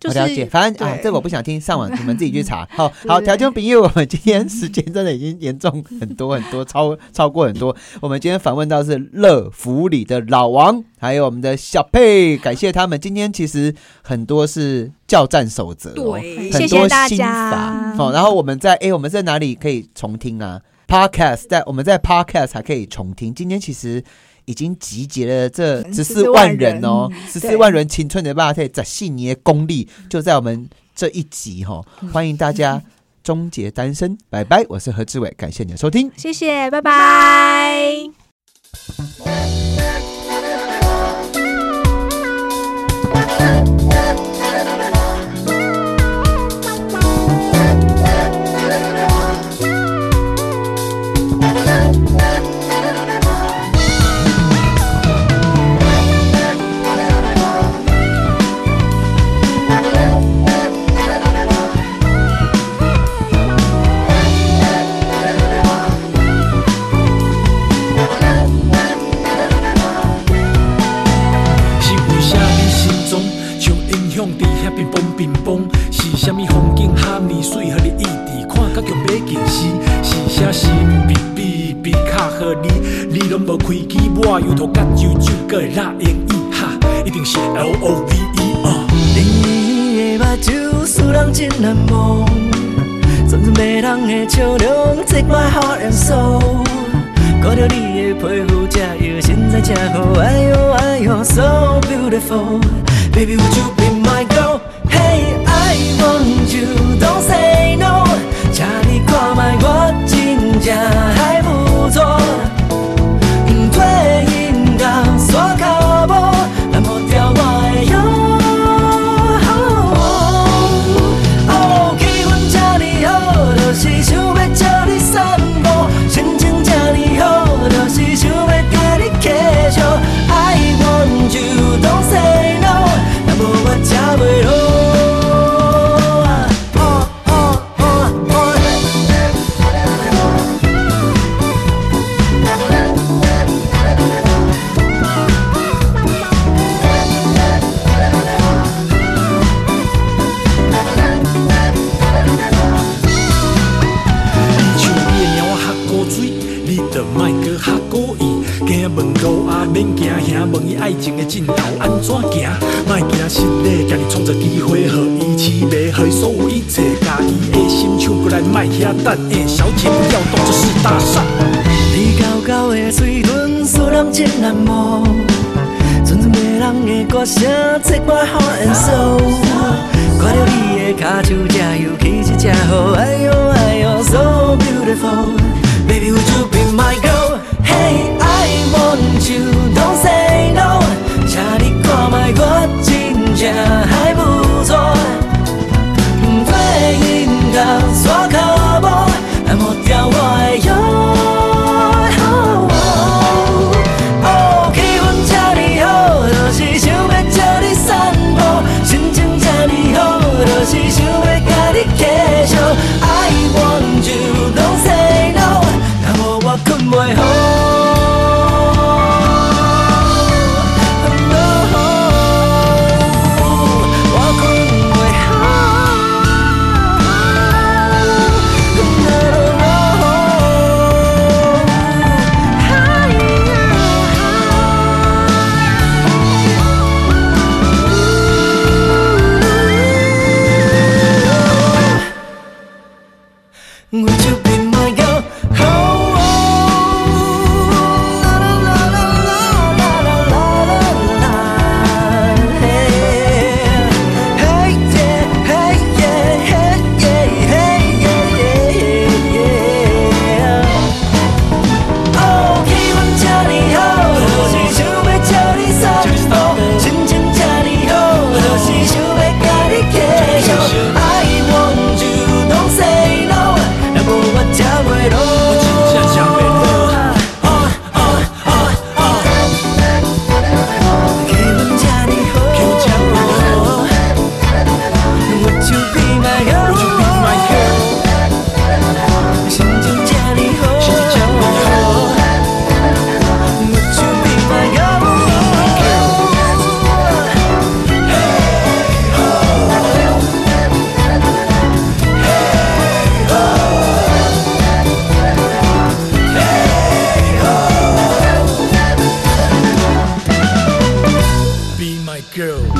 Speaker 3: 就
Speaker 1: 我
Speaker 3: 是
Speaker 1: 了解，反正啊，
Speaker 3: 对
Speaker 1: 这我不想听，上网你们自己去 查。好
Speaker 3: 对
Speaker 1: 好，
Speaker 3: 对
Speaker 1: 条件比喻，我们今天时间真的已经严重很多很多，超超过很多。我们今天访问到是乐福里的老王，还有我们的小佩，感谢他们。今天其实很多是教战守则、哦，
Speaker 4: 对，
Speaker 1: 很
Speaker 3: 谢
Speaker 1: 多
Speaker 3: 谢大
Speaker 1: 心
Speaker 3: 家
Speaker 1: 法。哦，然后我们在诶，我们在哪里可以重听啊？Podcast 在我们在 Podcast 还可以重听。今天其实已经集结了这
Speaker 3: 嗯
Speaker 1: 十四万
Speaker 3: 14万人
Speaker 1: 人哦，十四万人青春的霸体，展现你的功力，就在我们这一集哈、哦，欢迎大家终结单身，拜拜！我是何志伟，感谢你的收听。
Speaker 3: 谢谢，拜拜
Speaker 5: 是为虾米心脏像音响伫遐乒乓乒乓？是虾米风景遐尼水，遐你意志看甲叫马近视，是啥心比比比较好你，你拢无开机，我油头甲酒酒个拉英语哈，一定是 L O V E 啊。
Speaker 6: 你的目睭使人真难忘，阵阵迷人的笑容，Take my heart and soul。看着你的皮肤这油，身材这好，哎呦哎呦，so beautiful，baby would you be my girl？Hey I want you，don't say no，请你看卖我真正还不错。唔退音乐，山脚步，咱无掉我的腰。哦，气氛这呢好，就是想要招你散步；心情这呢好，就是想要甲你继续。I want you, don't say no，若无我吃袂落。哦哦哦哦
Speaker 5: 你像你的猫仔喝古水，你着莫搁喝古意。行问路啊，免惊兄，问伊爱情的尽头安怎行？莫惊失礼，家己创造机会，互伊痴迷，互伊所有一切，家己的心抢过来，莫遐等。诶，小姐不要当作是搭讪。
Speaker 6: 你厚厚的嘴唇，使人真难忘。阵阵迷人的歌声，Take my heart and soul。看着你的脚手，这油气质这好，哎呦哎呦，so beautiful。Baby would you be my girl？Hey I want you，don't say no。请你看卖我真正还不错。不会音乐山脚步，来抹掉我的忧。哦，气氛这呢好，就是想要招你散步；心情这呢好，就是想要甲你继续。I want you, don't say no，若无我困袂好。Would you be my girl? Oh, oh, la la la la la la la la la. Hey, hey yeah, hey yeah, hey yeah, hey yeah, yeah, yeah. 哦，气氛这呢好，就是想要招你散步；心情这呢好，就是想要甲你继续。I want you, don't say no，若无我吃袂落。我真正吃袂落。哦哦哦哦，气氛这呢好，气氛这呢好。Would you be my girl? Would you be my girl? 心情这呢好，心情这呢好。Would you be my girl?
Speaker 5: ，Be my girl。